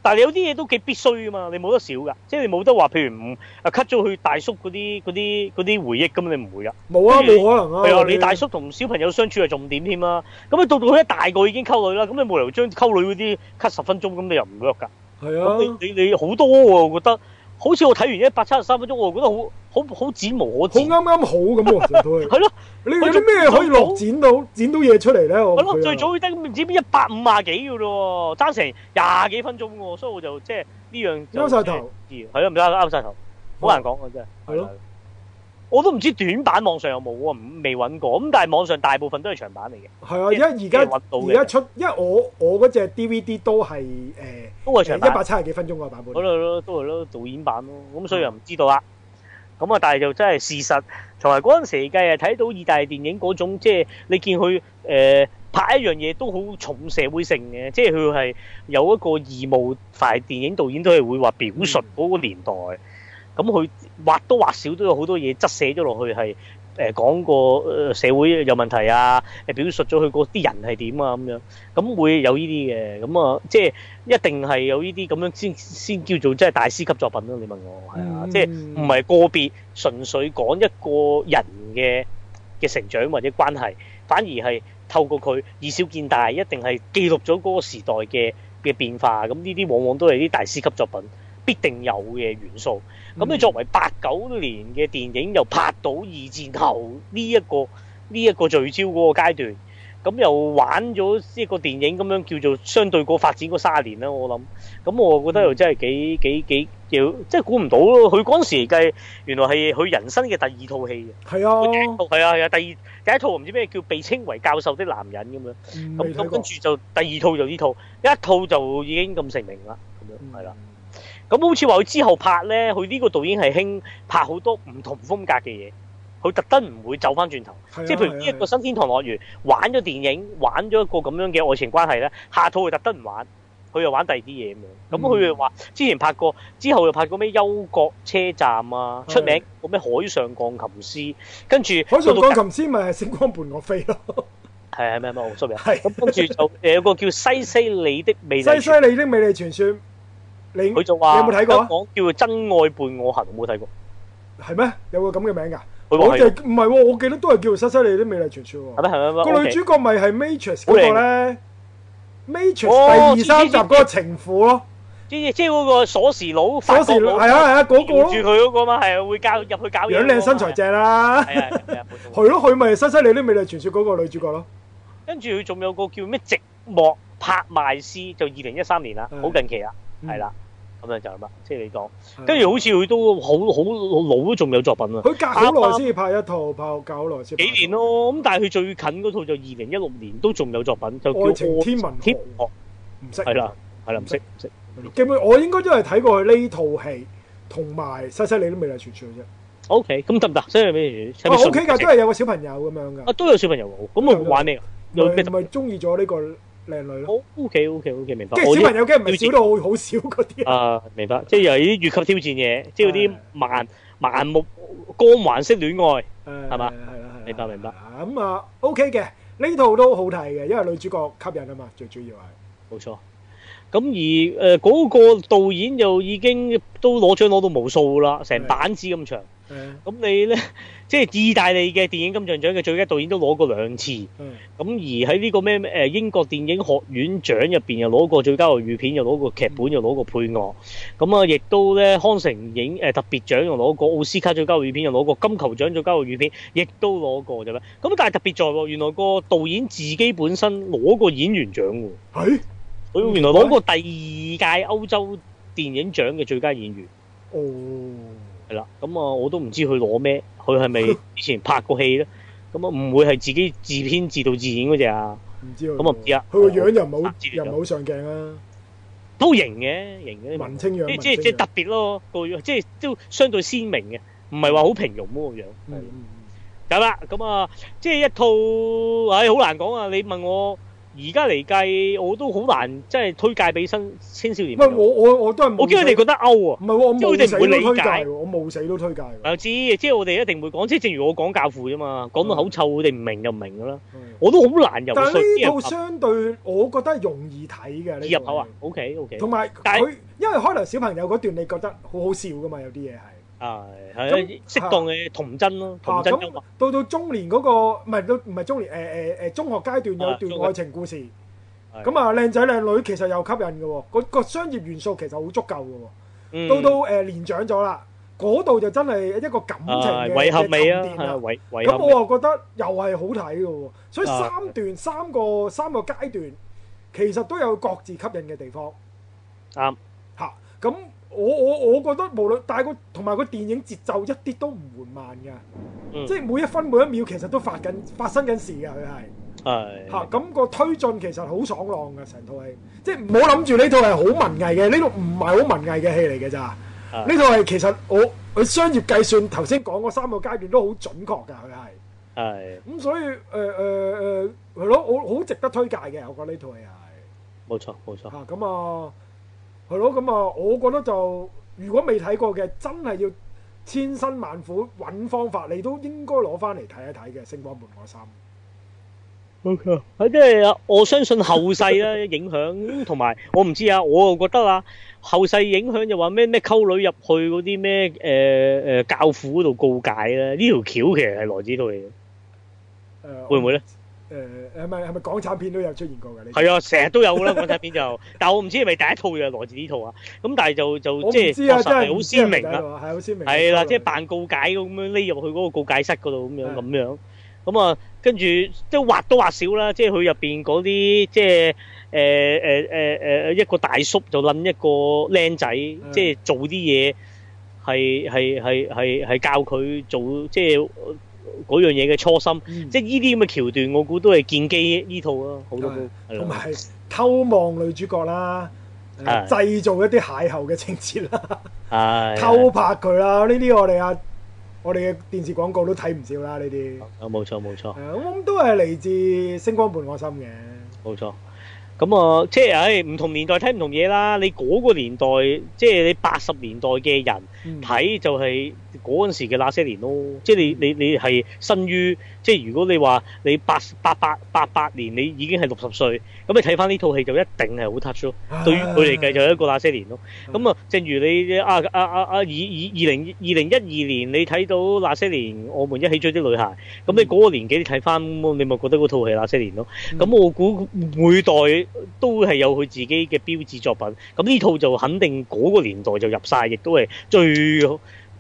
Speaker 1: 但係你有啲嘢都幾必須噶嘛，你冇得少噶，即係你冇得話譬如唔啊 cut 咗去大叔嗰啲嗰啲嗰啲回憶咁，你唔會噶。
Speaker 2: 冇啊，
Speaker 1: 不如
Speaker 2: 冇可能啊！
Speaker 1: 係啊，你
Speaker 2: 你
Speaker 1: 大叔同小朋友相處係重點添啦。咁你到到佢一大個已經溝女啦，咁你冇理由將溝女嗰啲 cut 十分鐘，咁你又唔 work 㗎。
Speaker 2: 係
Speaker 1: 咁
Speaker 2: 啊，
Speaker 1: 你你你好多喎，我覺得。好似我睇完一百七十三分鐘，我覺得好好好剪無可
Speaker 2: 好
Speaker 1: 剪。
Speaker 2: 啱啱好咁喎，成 套戲。
Speaker 1: 係咯，
Speaker 2: 你有啲咩可以落剪到剪到嘢出嚟咧？我
Speaker 1: 係咯，
Speaker 2: 佢啊
Speaker 1: 最早得唔知一百五啊幾嘅咯喎，爭成廿幾分鐘喎，所以我就即係呢樣就
Speaker 2: 勾晒頭，
Speaker 1: 即係係咯，唔得啱晒頭，好難講啊真係。
Speaker 2: 係咯，
Speaker 1: 我都唔知短版網上有冇啊，唔未揾過。咁但係網上大部分都係長版嚟嘅，
Speaker 2: 係啊，因為而家
Speaker 1: 即係揾到嘅
Speaker 2: 而家出，因為我我嗰只 DVD 都係誒
Speaker 1: 都係長版
Speaker 2: 一。百七十幾分鐘個版本
Speaker 1: 嗰。度咯，都係咯，導演版咯，咁所以又唔知道啦。咁啊，但係就真係事實，同埋嗰陣時計係睇到意大利電影嗰種，即係你見佢誒、呃拍一樣嘢都好重社會性嘅，即係佢係有一個義務，凡係電影導演都係會話表述嗰個年代。咁佢或多或少都有好多嘢側寫咗落去係。誒講個誒社會有問題啊，誒表述咗佢嗰啲人係點啊咁樣，咁會有呢啲嘅，咁啊即係一定係有呢啲咁樣先先叫做即係大師級作品咯。你問我係啊，
Speaker 2: 嗯
Speaker 1: 即係唔係個別純粹講一個人嘅嘅成長或者關係，反而係透過佢以小見大，一定係記錄咗嗰個時代嘅嘅變化。咁呢啲往往都係啲大師級作品必定有嘅元素。咁你作為八九年嘅電影，又拍到二戰後呢、一個呢一、個聚焦嗰個階段，咁又玩咗一個電影咁樣叫做相對過發展嗰三十年啦，我諗。咁我覺得又真係幾幾幾要，即係估唔到咯。佢嗰陣時計，原來係佢人生嘅第二套戲嘅。
Speaker 2: 係啊，
Speaker 1: 係啊係啊，第二第一套唔知咩叫被稱為教授的男人咁樣。
Speaker 2: 嗯
Speaker 1: 咁
Speaker 2: 未
Speaker 1: 咁
Speaker 2: 睇
Speaker 1: 跟
Speaker 2: 過。
Speaker 1: 住就第二套就呢套，一套就已經咁成名啦，咁樣係啦。
Speaker 2: 嗯，
Speaker 1: 咁好似話佢之後拍咧，佢呢個導演係興拍好多唔同風格嘅嘢，佢特登唔會走翻轉頭。
Speaker 2: 係啊
Speaker 1: 即係譬如呢一個新天堂樂園玩咗電影，玩咗一個咁樣嘅愛情關係咧，下套佢特登唔玩，佢又玩第二啲嘢咁樣。咁佢又話之前拍過，之後又拍過咩憂國車站啊，
Speaker 2: 係
Speaker 1: 出名個咩海上鋼琴師，跟住
Speaker 2: 海上
Speaker 1: 到到
Speaker 2: 鋼琴師咪係星光伴我飛咯，
Speaker 1: 係係咩咩，我 sorry 啊
Speaker 2: 係
Speaker 1: 咁跟住就誒有個叫西西里的美麗
Speaker 2: 西西
Speaker 1: 傳，
Speaker 2: 里的美麗傳說，你
Speaker 1: 佢就話
Speaker 2: 你有冇睇過啊
Speaker 1: 香港叫做真愛伴我行，冇睇過。
Speaker 2: 係咩？有個咁嘅名㗎？
Speaker 1: 佢
Speaker 2: 我
Speaker 1: 話
Speaker 2: 就
Speaker 1: 係
Speaker 2: 唔係喎，我記得都係叫西西里的美麗傳說喎
Speaker 1: 係。咩係咩咩？
Speaker 2: 個女
Speaker 1: Vâng, OK
Speaker 2: 主角咪係 Matrix 嗰
Speaker 1: 好
Speaker 2: 個
Speaker 1: 靚
Speaker 2: 咧
Speaker 1: 哦
Speaker 2: ，Matrix 第二三集嗰個情婦咯，
Speaker 1: 即即嗰個鎖匙佬
Speaker 2: 鎖
Speaker 1: 法
Speaker 2: 匙
Speaker 1: 國佬，
Speaker 2: 係啊係啊嗰個
Speaker 1: 吊住
Speaker 2: 咯，
Speaker 1: 佢嗰個嘛，係啊會教入去搞嘢。
Speaker 2: 樣靚身材，正啦，
Speaker 1: 係啊係啊，冇錯
Speaker 2: 係咯佢咪西西里啲美麗傳說嗰個女主角咯，
Speaker 1: 跟住佢仲有個叫咩寂寞拍賣師，就二零一三年啦，
Speaker 2: 係
Speaker 1: 好近期啦，
Speaker 2: 嗯
Speaker 1: 係啦，咁樣就係啦，即係你講。跟住好似佢都好好老都仲有作品啊，
Speaker 2: 佢隔好耐先至拍一套，拍搞好耐先拍
Speaker 1: 幾
Speaker 2: 一套。
Speaker 1: 年咯。咁但係佢最近嗰套就二零一六年都仲有作品，就叫《
Speaker 2: 愛情天文學
Speaker 1: 天文學》
Speaker 2: 唔識
Speaker 1: 係啦，係啦，唔識唔識。
Speaker 2: 基本我應該都係睇過佢呢套戲同埋西西里啲美麗傳說啫。
Speaker 1: O K，咁得唔得？所以咩？係咪
Speaker 2: 哦
Speaker 1: 順
Speaker 2: O K 㗎，都係有個小朋友咁樣
Speaker 1: 啊
Speaker 2: 㗎，
Speaker 1: 都有小朋友喎，咁我玩咩啊？有咩
Speaker 2: 咪
Speaker 1: 特
Speaker 2: 咪中意咗呢個靚女咯。
Speaker 1: O K O K O K，明白。
Speaker 2: 跟住
Speaker 1: 我
Speaker 2: 小
Speaker 1: 呢
Speaker 2: 朋友梗係唔係少到好好少嗰啲啊。
Speaker 1: 啊，明白，即係有啲越級挑戰嘢，即係嗰啲
Speaker 2: 係
Speaker 1: 盲盲目光環式戀愛，
Speaker 2: 係
Speaker 1: 嘛
Speaker 2: 係啦，係啦
Speaker 1: 明白明白。
Speaker 2: 咁啊，OK 嘅，呢套都好睇嘅，因為女主角吸引啊嘛，最主要係。
Speaker 1: 冇錯。咁而誒呃嗰、個導演又已經都攞獎攞到無數啦，成
Speaker 2: 係
Speaker 1: 板子咁長。
Speaker 2: 誒
Speaker 1: 咁你咧，即係意大利嘅電影金像獎嘅最佳導演都攞過兩次。咁
Speaker 2: 嗯
Speaker 1: 而喺呢個咩誒英國電影學院獎入邊又攞過最佳外語片，又攞過劇本，又攞過配樂。咁啊，亦都咧康城影誒、呃特別獎又攞過，奧斯卡最佳外語片又攞過，金球獎最佳外語片亦都攞過啫咩？咁但係特別在喎，原來個導演自己本身攞過演員獎喎。
Speaker 2: 係
Speaker 1: 佢原來攞過第二屆歐洲電影獎嘅最佳演員，
Speaker 2: 哦，
Speaker 1: 係啦。咁啊，我都唔知佢攞咩，佢係咪以前拍過戲咧？咁啊，唔會係自己自編自導自演嗰只啊？
Speaker 2: 唔知喎
Speaker 1: 咁我唔知啊
Speaker 2: 佢個樣又唔好
Speaker 1: 我知，
Speaker 2: 又唔好上鏡啊，
Speaker 1: 都型嘅，型嘅。
Speaker 2: 文青樣，
Speaker 1: 即
Speaker 2: 文
Speaker 1: 即
Speaker 2: 青
Speaker 1: 即
Speaker 2: 樣。
Speaker 1: 特別咯，個樣即都相對鮮明嘅，唔係話好平庸嗰個樣。
Speaker 2: 嗯嗯
Speaker 1: 咁啦，咁啊，即係一套，唉，好難講啊！你問我
Speaker 2: 唔。係我我我都係
Speaker 1: 啊我
Speaker 2: 冇
Speaker 1: 驚佢哋
Speaker 2: 死。
Speaker 1: 覺得勾啊！
Speaker 2: 唔係喎，我
Speaker 1: 即係佢
Speaker 2: 冇
Speaker 1: 哋
Speaker 2: 死
Speaker 1: 唔會
Speaker 2: 都
Speaker 1: 理解啊
Speaker 2: 推介喎，我冇死都推介喎。
Speaker 1: 我知，即係我哋一定會講，即係正如我講教父啫嘛，講到口臭，佢哋唔明就唔明噶啦。
Speaker 2: 嗯
Speaker 1: 我都好難游
Speaker 2: 但
Speaker 1: 說
Speaker 2: 係呢套
Speaker 1: 啲人
Speaker 2: 相對，我覺得容易睇嘅。呢
Speaker 1: 入口啊
Speaker 2: 套係
Speaker 1: ，OK OK，
Speaker 2: 同埋
Speaker 1: 但係
Speaker 2: 佢，因為可能小朋友嗰段你覺得好好笑噶嘛，有啲嘢係。
Speaker 1: 啊係適當嘅童真咯，
Speaker 2: 啊
Speaker 1: 童真幽默
Speaker 2: 咁到到中年嗰個唔係都唔係中年誒誒誒中學階段
Speaker 1: 啊中
Speaker 2: 有段
Speaker 1: 學
Speaker 2: 愛情故事，
Speaker 1: 係
Speaker 2: 咁啊靚仔靚女其實又吸引嘅喎，個個商業元素其實好足夠嘅
Speaker 1: 嗯
Speaker 2: 喎。到到誒年長咗啦，嗰度就真係一個感情
Speaker 1: 啊
Speaker 2: 嘅
Speaker 1: 遺憾
Speaker 2: 嘅
Speaker 1: 味啊，
Speaker 2: 沉澱
Speaker 1: 係啊
Speaker 2: 啦。
Speaker 1: 遺遺
Speaker 2: 咁
Speaker 1: 憾味
Speaker 2: 我又覺得又係好睇嘅喎，所以
Speaker 1: 啊
Speaker 2: 三段三個三個階段其實都有各自吸引嘅地方。
Speaker 1: 啱。
Speaker 2: 嚇，咁我我我覺得無論但係個同埋個電影節奏一啲都唔緩慢嘅，
Speaker 1: 嗯
Speaker 2: 即係每一分每一秒其實都發緊發生緊事嘅佢係
Speaker 1: 係
Speaker 2: 嚇，咁、個推進其實好爽朗嘅成套戲，即係唔好諗住呢套係好文藝嘅，呢套唔係好文藝嘅戲嚟嘅咋，呢套
Speaker 1: 係
Speaker 2: 係其實我佢商業計算頭先講嗰三個階段都好準確㗎佢係。
Speaker 1: 係
Speaker 2: 咁所以誒誒誒係咯，我好值得推介嘅，我覺得呢套戲係
Speaker 1: 冇錯冇錯，
Speaker 2: 嚇咁啊，係咯咁啊，我覺得就如果未睇過嘅，真係要千辛萬苦揾方法，你都應該攞翻嚟睇一睇嘅《星光伴我心》。
Speaker 1: 冇錯。係即係啊我相信後世啦影響，同埋我唔知啊，我又覺得啊，後世影響就話咩咩溝女入去嗰啲咩誒誒教父嗰度告解啦，呢條橋其實係來自呢套嘢，
Speaker 2: 誒
Speaker 1: 會唔會咧？
Speaker 2: 誒呃誒係咪係咪港產片都有出現過嘅？呢啲
Speaker 1: 係啊，成日都有啦，港產片就，但我唔知係咪第一套就係來自呢套啊。咁但係就
Speaker 2: 我
Speaker 1: 就
Speaker 2: 唔
Speaker 1: 即係
Speaker 2: 知啊，
Speaker 1: 確
Speaker 2: 真
Speaker 1: 實係
Speaker 2: 係
Speaker 1: 好
Speaker 2: 唔知係
Speaker 1: 鮮
Speaker 2: 咪
Speaker 1: 明
Speaker 2: 睇
Speaker 1: 啦。
Speaker 2: 到啊，係好鮮明。
Speaker 1: 係啦，即係扮告解咁樣匿入去嗰個告解室嗰度咁樣
Speaker 2: 係
Speaker 1: 咁樣，咁啊跟住即係或多或少啦，即係佢入邊嗰啲即係誒誒誒誒一個大叔就撚一個僆仔，
Speaker 2: 嗯
Speaker 1: 即係做啲嘢係係係係係教佢做即係嗰樣嘢嘅初心，
Speaker 2: 嗯
Speaker 1: 即係呢啲咁嘅橋段，我估都係建基呢套咯，好多都係啦，
Speaker 2: 同埋偷望女主角啦，誒
Speaker 1: 係
Speaker 2: 製造一啲邂逅嘅情節啦。
Speaker 1: 係啊
Speaker 2: 偷拍佢啦，呢啲我哋啊，我哋嘅電視廣告都睇唔少啦，呢啲。
Speaker 1: 啊冇錯冇錯。
Speaker 2: 係啊咁都係嚟自《星光伴我心》嘅。
Speaker 1: 冇錯。咁啊，即係唉，唔同年代睇唔同嘢啦。你嗰個年代，即係你八十年代嘅人
Speaker 2: 嗯
Speaker 1: 睇就係嗰陣時嘅那些年咯。即係你你你係生於，即係如果你話你八八八八八年，你已經係六十歲，咁你睇翻呢套戲就一定係好 touch 咯。對於佢嚟計就係一個那些年咯。咁啊，正如你啊啊啊啊，二二二零二零一二年你睇到那些年我們一起追的女孩，咁你嗰個年紀你睇翻，你咪覺得嗰套係那些年咯。
Speaker 2: 嗯
Speaker 1: 咁我估每代都係有佢自己嘅標誌作品，咁呢套就肯定嗰個年代就入晒，亦都係最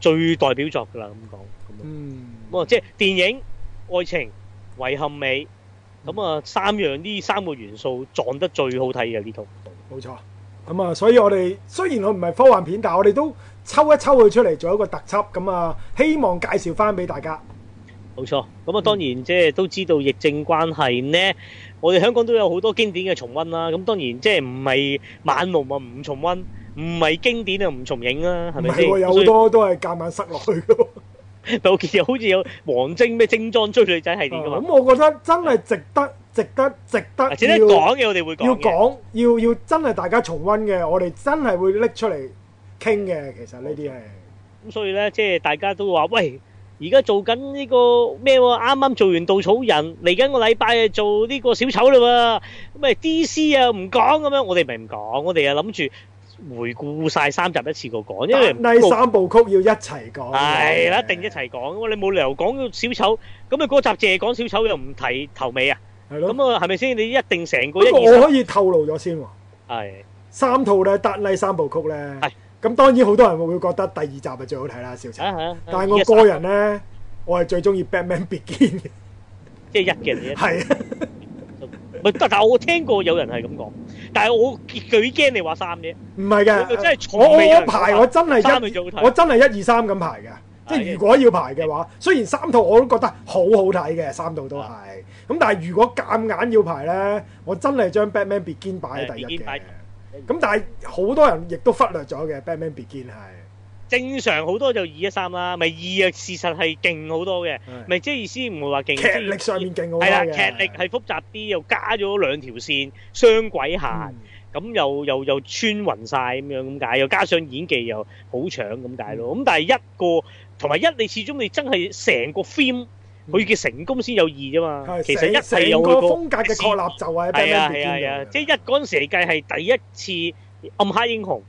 Speaker 1: 最代表作㗎啦。咁講咁啊
Speaker 2: 嗯，
Speaker 1: 咁啊，即係電影、愛情、遺憾美，咁啊三樣呢三個元素撞得最好睇嘅呢套。
Speaker 2: 冇錯。咁啊，所以我哋雖然佢唔係科幻片，但係我哋都抽一抽佢出嚟做一個特輯，咁啊，希望介紹翻俾大家。
Speaker 1: 冇錯，咁啊當然即係都知道疫症關係呢，我哋香港都有好多經典嘅重温啦。咁當然即係唔係晚龍啊唔重温，唔係經典啊唔重影啦，係
Speaker 2: 唔
Speaker 1: 咪
Speaker 2: 係
Speaker 1: 先？
Speaker 2: 喎，有
Speaker 1: 所
Speaker 2: 好
Speaker 1: 以
Speaker 2: 多都係夾硬塞落去嘅喎。
Speaker 1: 尤其 好似有王晶咩精裝追女仔系列啊噶嘛
Speaker 2: 咁，我覺得真係值得，值得，值得，
Speaker 1: 啊值得
Speaker 2: 啊要
Speaker 1: 講嘅我哋會
Speaker 2: 要
Speaker 1: 講嘅。
Speaker 2: 講，要要真係大家重温嘅，我哋真係會拎出嚟傾嘅。其實呢啲係。
Speaker 1: 咁所以咧，即係大家都話喂。而家做緊呢個咩喎？啱啱做完稻草人，嚟緊個禮拜啊做呢個小丑啦喎。咁啊 D.C. 啊唔講咁樣，我哋咪唔講，我哋啊諗住回顧晒三集一次過講，因為唔
Speaker 2: 呢
Speaker 1: 夠
Speaker 2: 三部曲要一齊講，
Speaker 1: 係啦，一定一齊講。你冇理由講小丑，咁你嗰集淨係講小丑又唔提頭尾啊？
Speaker 2: 係咯。
Speaker 1: 咁啊，係咪先？你一定成
Speaker 2: 不
Speaker 1: 個一
Speaker 2: 過
Speaker 1: 二
Speaker 2: 我可以透露咗先喎，
Speaker 1: 三係
Speaker 2: 三套咧，達呢三部曲咧
Speaker 1: 係，
Speaker 2: 咁當然好多人會覺得第二集係最好睇啦，笑死
Speaker 1: 啊！啊啊
Speaker 2: 但係我個人咧，我係最中意 Batman Begin 嘅，
Speaker 1: 即係一嘅你一，
Speaker 2: 係啊
Speaker 1: 唔係但但係我聽過有人係咁講，但係我幾驚你話三啫，
Speaker 2: 唔係
Speaker 1: 我就真
Speaker 2: 嘅，
Speaker 1: 係
Speaker 2: 我
Speaker 1: 從未有
Speaker 2: 我
Speaker 1: 人
Speaker 2: 排
Speaker 1: 講
Speaker 2: 我真係
Speaker 1: 三係
Speaker 2: 一
Speaker 1: 最好睇
Speaker 2: 我真係一二三咁排嘅，即係
Speaker 1: 係
Speaker 2: 如果要排嘅話，雖然三套我都覺得好好睇嘅，三套都係，咁但係如果夾硬要排咧，我真係將 Batman Begin 擺喺第一
Speaker 1: 係，Begin
Speaker 2: 嘅
Speaker 1: 擺，
Speaker 2: 咁但係好多人亦都忽略咗嘅 Batman Begin 係。
Speaker 1: 正常好多就二一三啦，咪二啊事實係勁好多嘅，
Speaker 2: 係
Speaker 1: 咪即係意思唔會話勁，
Speaker 2: 劇
Speaker 1: 即
Speaker 2: 力
Speaker 1: 係
Speaker 2: 上面勁好多
Speaker 1: 係啦，
Speaker 2: 嘅，
Speaker 1: 劇力係複雜啲，又加咗兩條線雙軌
Speaker 2: 嗯
Speaker 1: 行，咁、又又又穿雲晒咁樣咁解，又加上演技又好搶咁解
Speaker 2: 嗯
Speaker 1: 咯。咁、但係一個同埋一，你始終你真係成個 film
Speaker 2: 嗯
Speaker 1: 佢嘅成功先有二啫嘛。
Speaker 2: 係
Speaker 1: 其實一
Speaker 2: 成
Speaker 1: 係有
Speaker 2: 成個
Speaker 1: 佢個
Speaker 2: 風格嘅確立就係
Speaker 1: 係
Speaker 2: Batman
Speaker 1: 啊
Speaker 2: Begins
Speaker 1: 係啊係啊，
Speaker 2: 嘅
Speaker 1: 即係一嗰陣時嚟計係第一次暗黑英雄，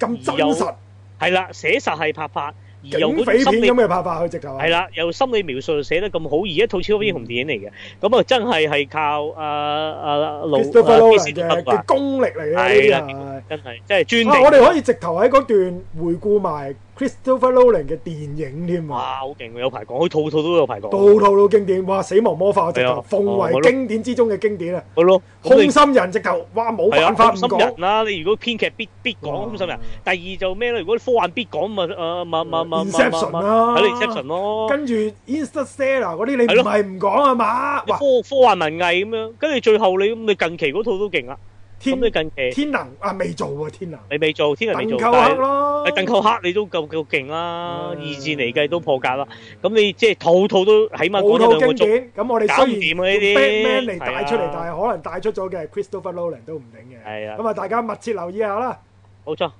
Speaker 2: 咁真實
Speaker 1: 係啦，寫實係拍拍，而有
Speaker 2: 警
Speaker 1: 嗰
Speaker 2: 匪
Speaker 1: 種心理
Speaker 2: 片咁嘅拍法，佢直頭係
Speaker 1: 係啦，又心理描述寫得咁好，而一套超級英雄電影嚟嘅，咁啊真係係靠啊啊老
Speaker 2: Christopher
Speaker 1: 啊
Speaker 2: Nolan 嘅
Speaker 1: Christopher
Speaker 2: 嘅
Speaker 1: Nolan，
Speaker 2: 功力嚟嘅呢
Speaker 1: 係啦
Speaker 2: 啲係。
Speaker 1: 真係真係專
Speaker 2: 啊！我
Speaker 1: 定，
Speaker 2: 哋可以直頭喺嗰段回顧埋 Christopher Nolan 嘅電影添
Speaker 1: 哇
Speaker 2: 啊，
Speaker 1: 好勁喎！有排講，佢套套都有排
Speaker 2: 套
Speaker 1: 講，
Speaker 2: 套都經典，哇！死亡魔法我直
Speaker 1: 係
Speaker 2: 頭
Speaker 1: 啊
Speaker 2: 奉
Speaker 1: 哦
Speaker 2: 為
Speaker 1: 我都
Speaker 2: 經典之中嘅經典啊！
Speaker 1: 好咯，咁
Speaker 2: 空
Speaker 1: 你
Speaker 2: 心人直頭，哇！冇
Speaker 1: 係啊，
Speaker 2: 辦法唔
Speaker 1: 空心
Speaker 2: 講
Speaker 1: 人。啦，你如果編劇必必講空心人，第二就咩咧？如果科幻必講咪誒咪咪咪咪
Speaker 2: Inception
Speaker 1: 咪
Speaker 2: 啦，
Speaker 1: 係咯 Inception 咯。
Speaker 2: 跟住 Interstellar 嗰啲你唔
Speaker 1: 係咯
Speaker 2: 係唔講啊嘛？哇！
Speaker 1: 科科幻文藝咁樣，跟住最後你咁你近期嗰套都勁啦，咁
Speaker 2: 天
Speaker 1: 你近期
Speaker 2: 天能啊，未做喎天能，
Speaker 1: 你未做，天人未做，
Speaker 2: 鄧寇
Speaker 1: 但
Speaker 2: 克
Speaker 1: 係
Speaker 2: 咯，
Speaker 1: 誒鄧寇克你都夠夠勁啦，二戰嚟計都破格啦。咁你即係套套都起碼講咗
Speaker 2: 冇
Speaker 1: 兩個
Speaker 2: 套經
Speaker 1: 鐘，
Speaker 2: 典，咁我哋
Speaker 1: 搞唔掂啊呢啲
Speaker 2: 雖然用 Batman 嚟帶出
Speaker 1: 係
Speaker 2: 嚟
Speaker 1: 啊，
Speaker 2: 但係可能帶出咗嘅 Christopher Nolan 都唔定嘅。
Speaker 1: 係啊
Speaker 2: 咁啊，大家密切留意下啦。
Speaker 1: 冇錯。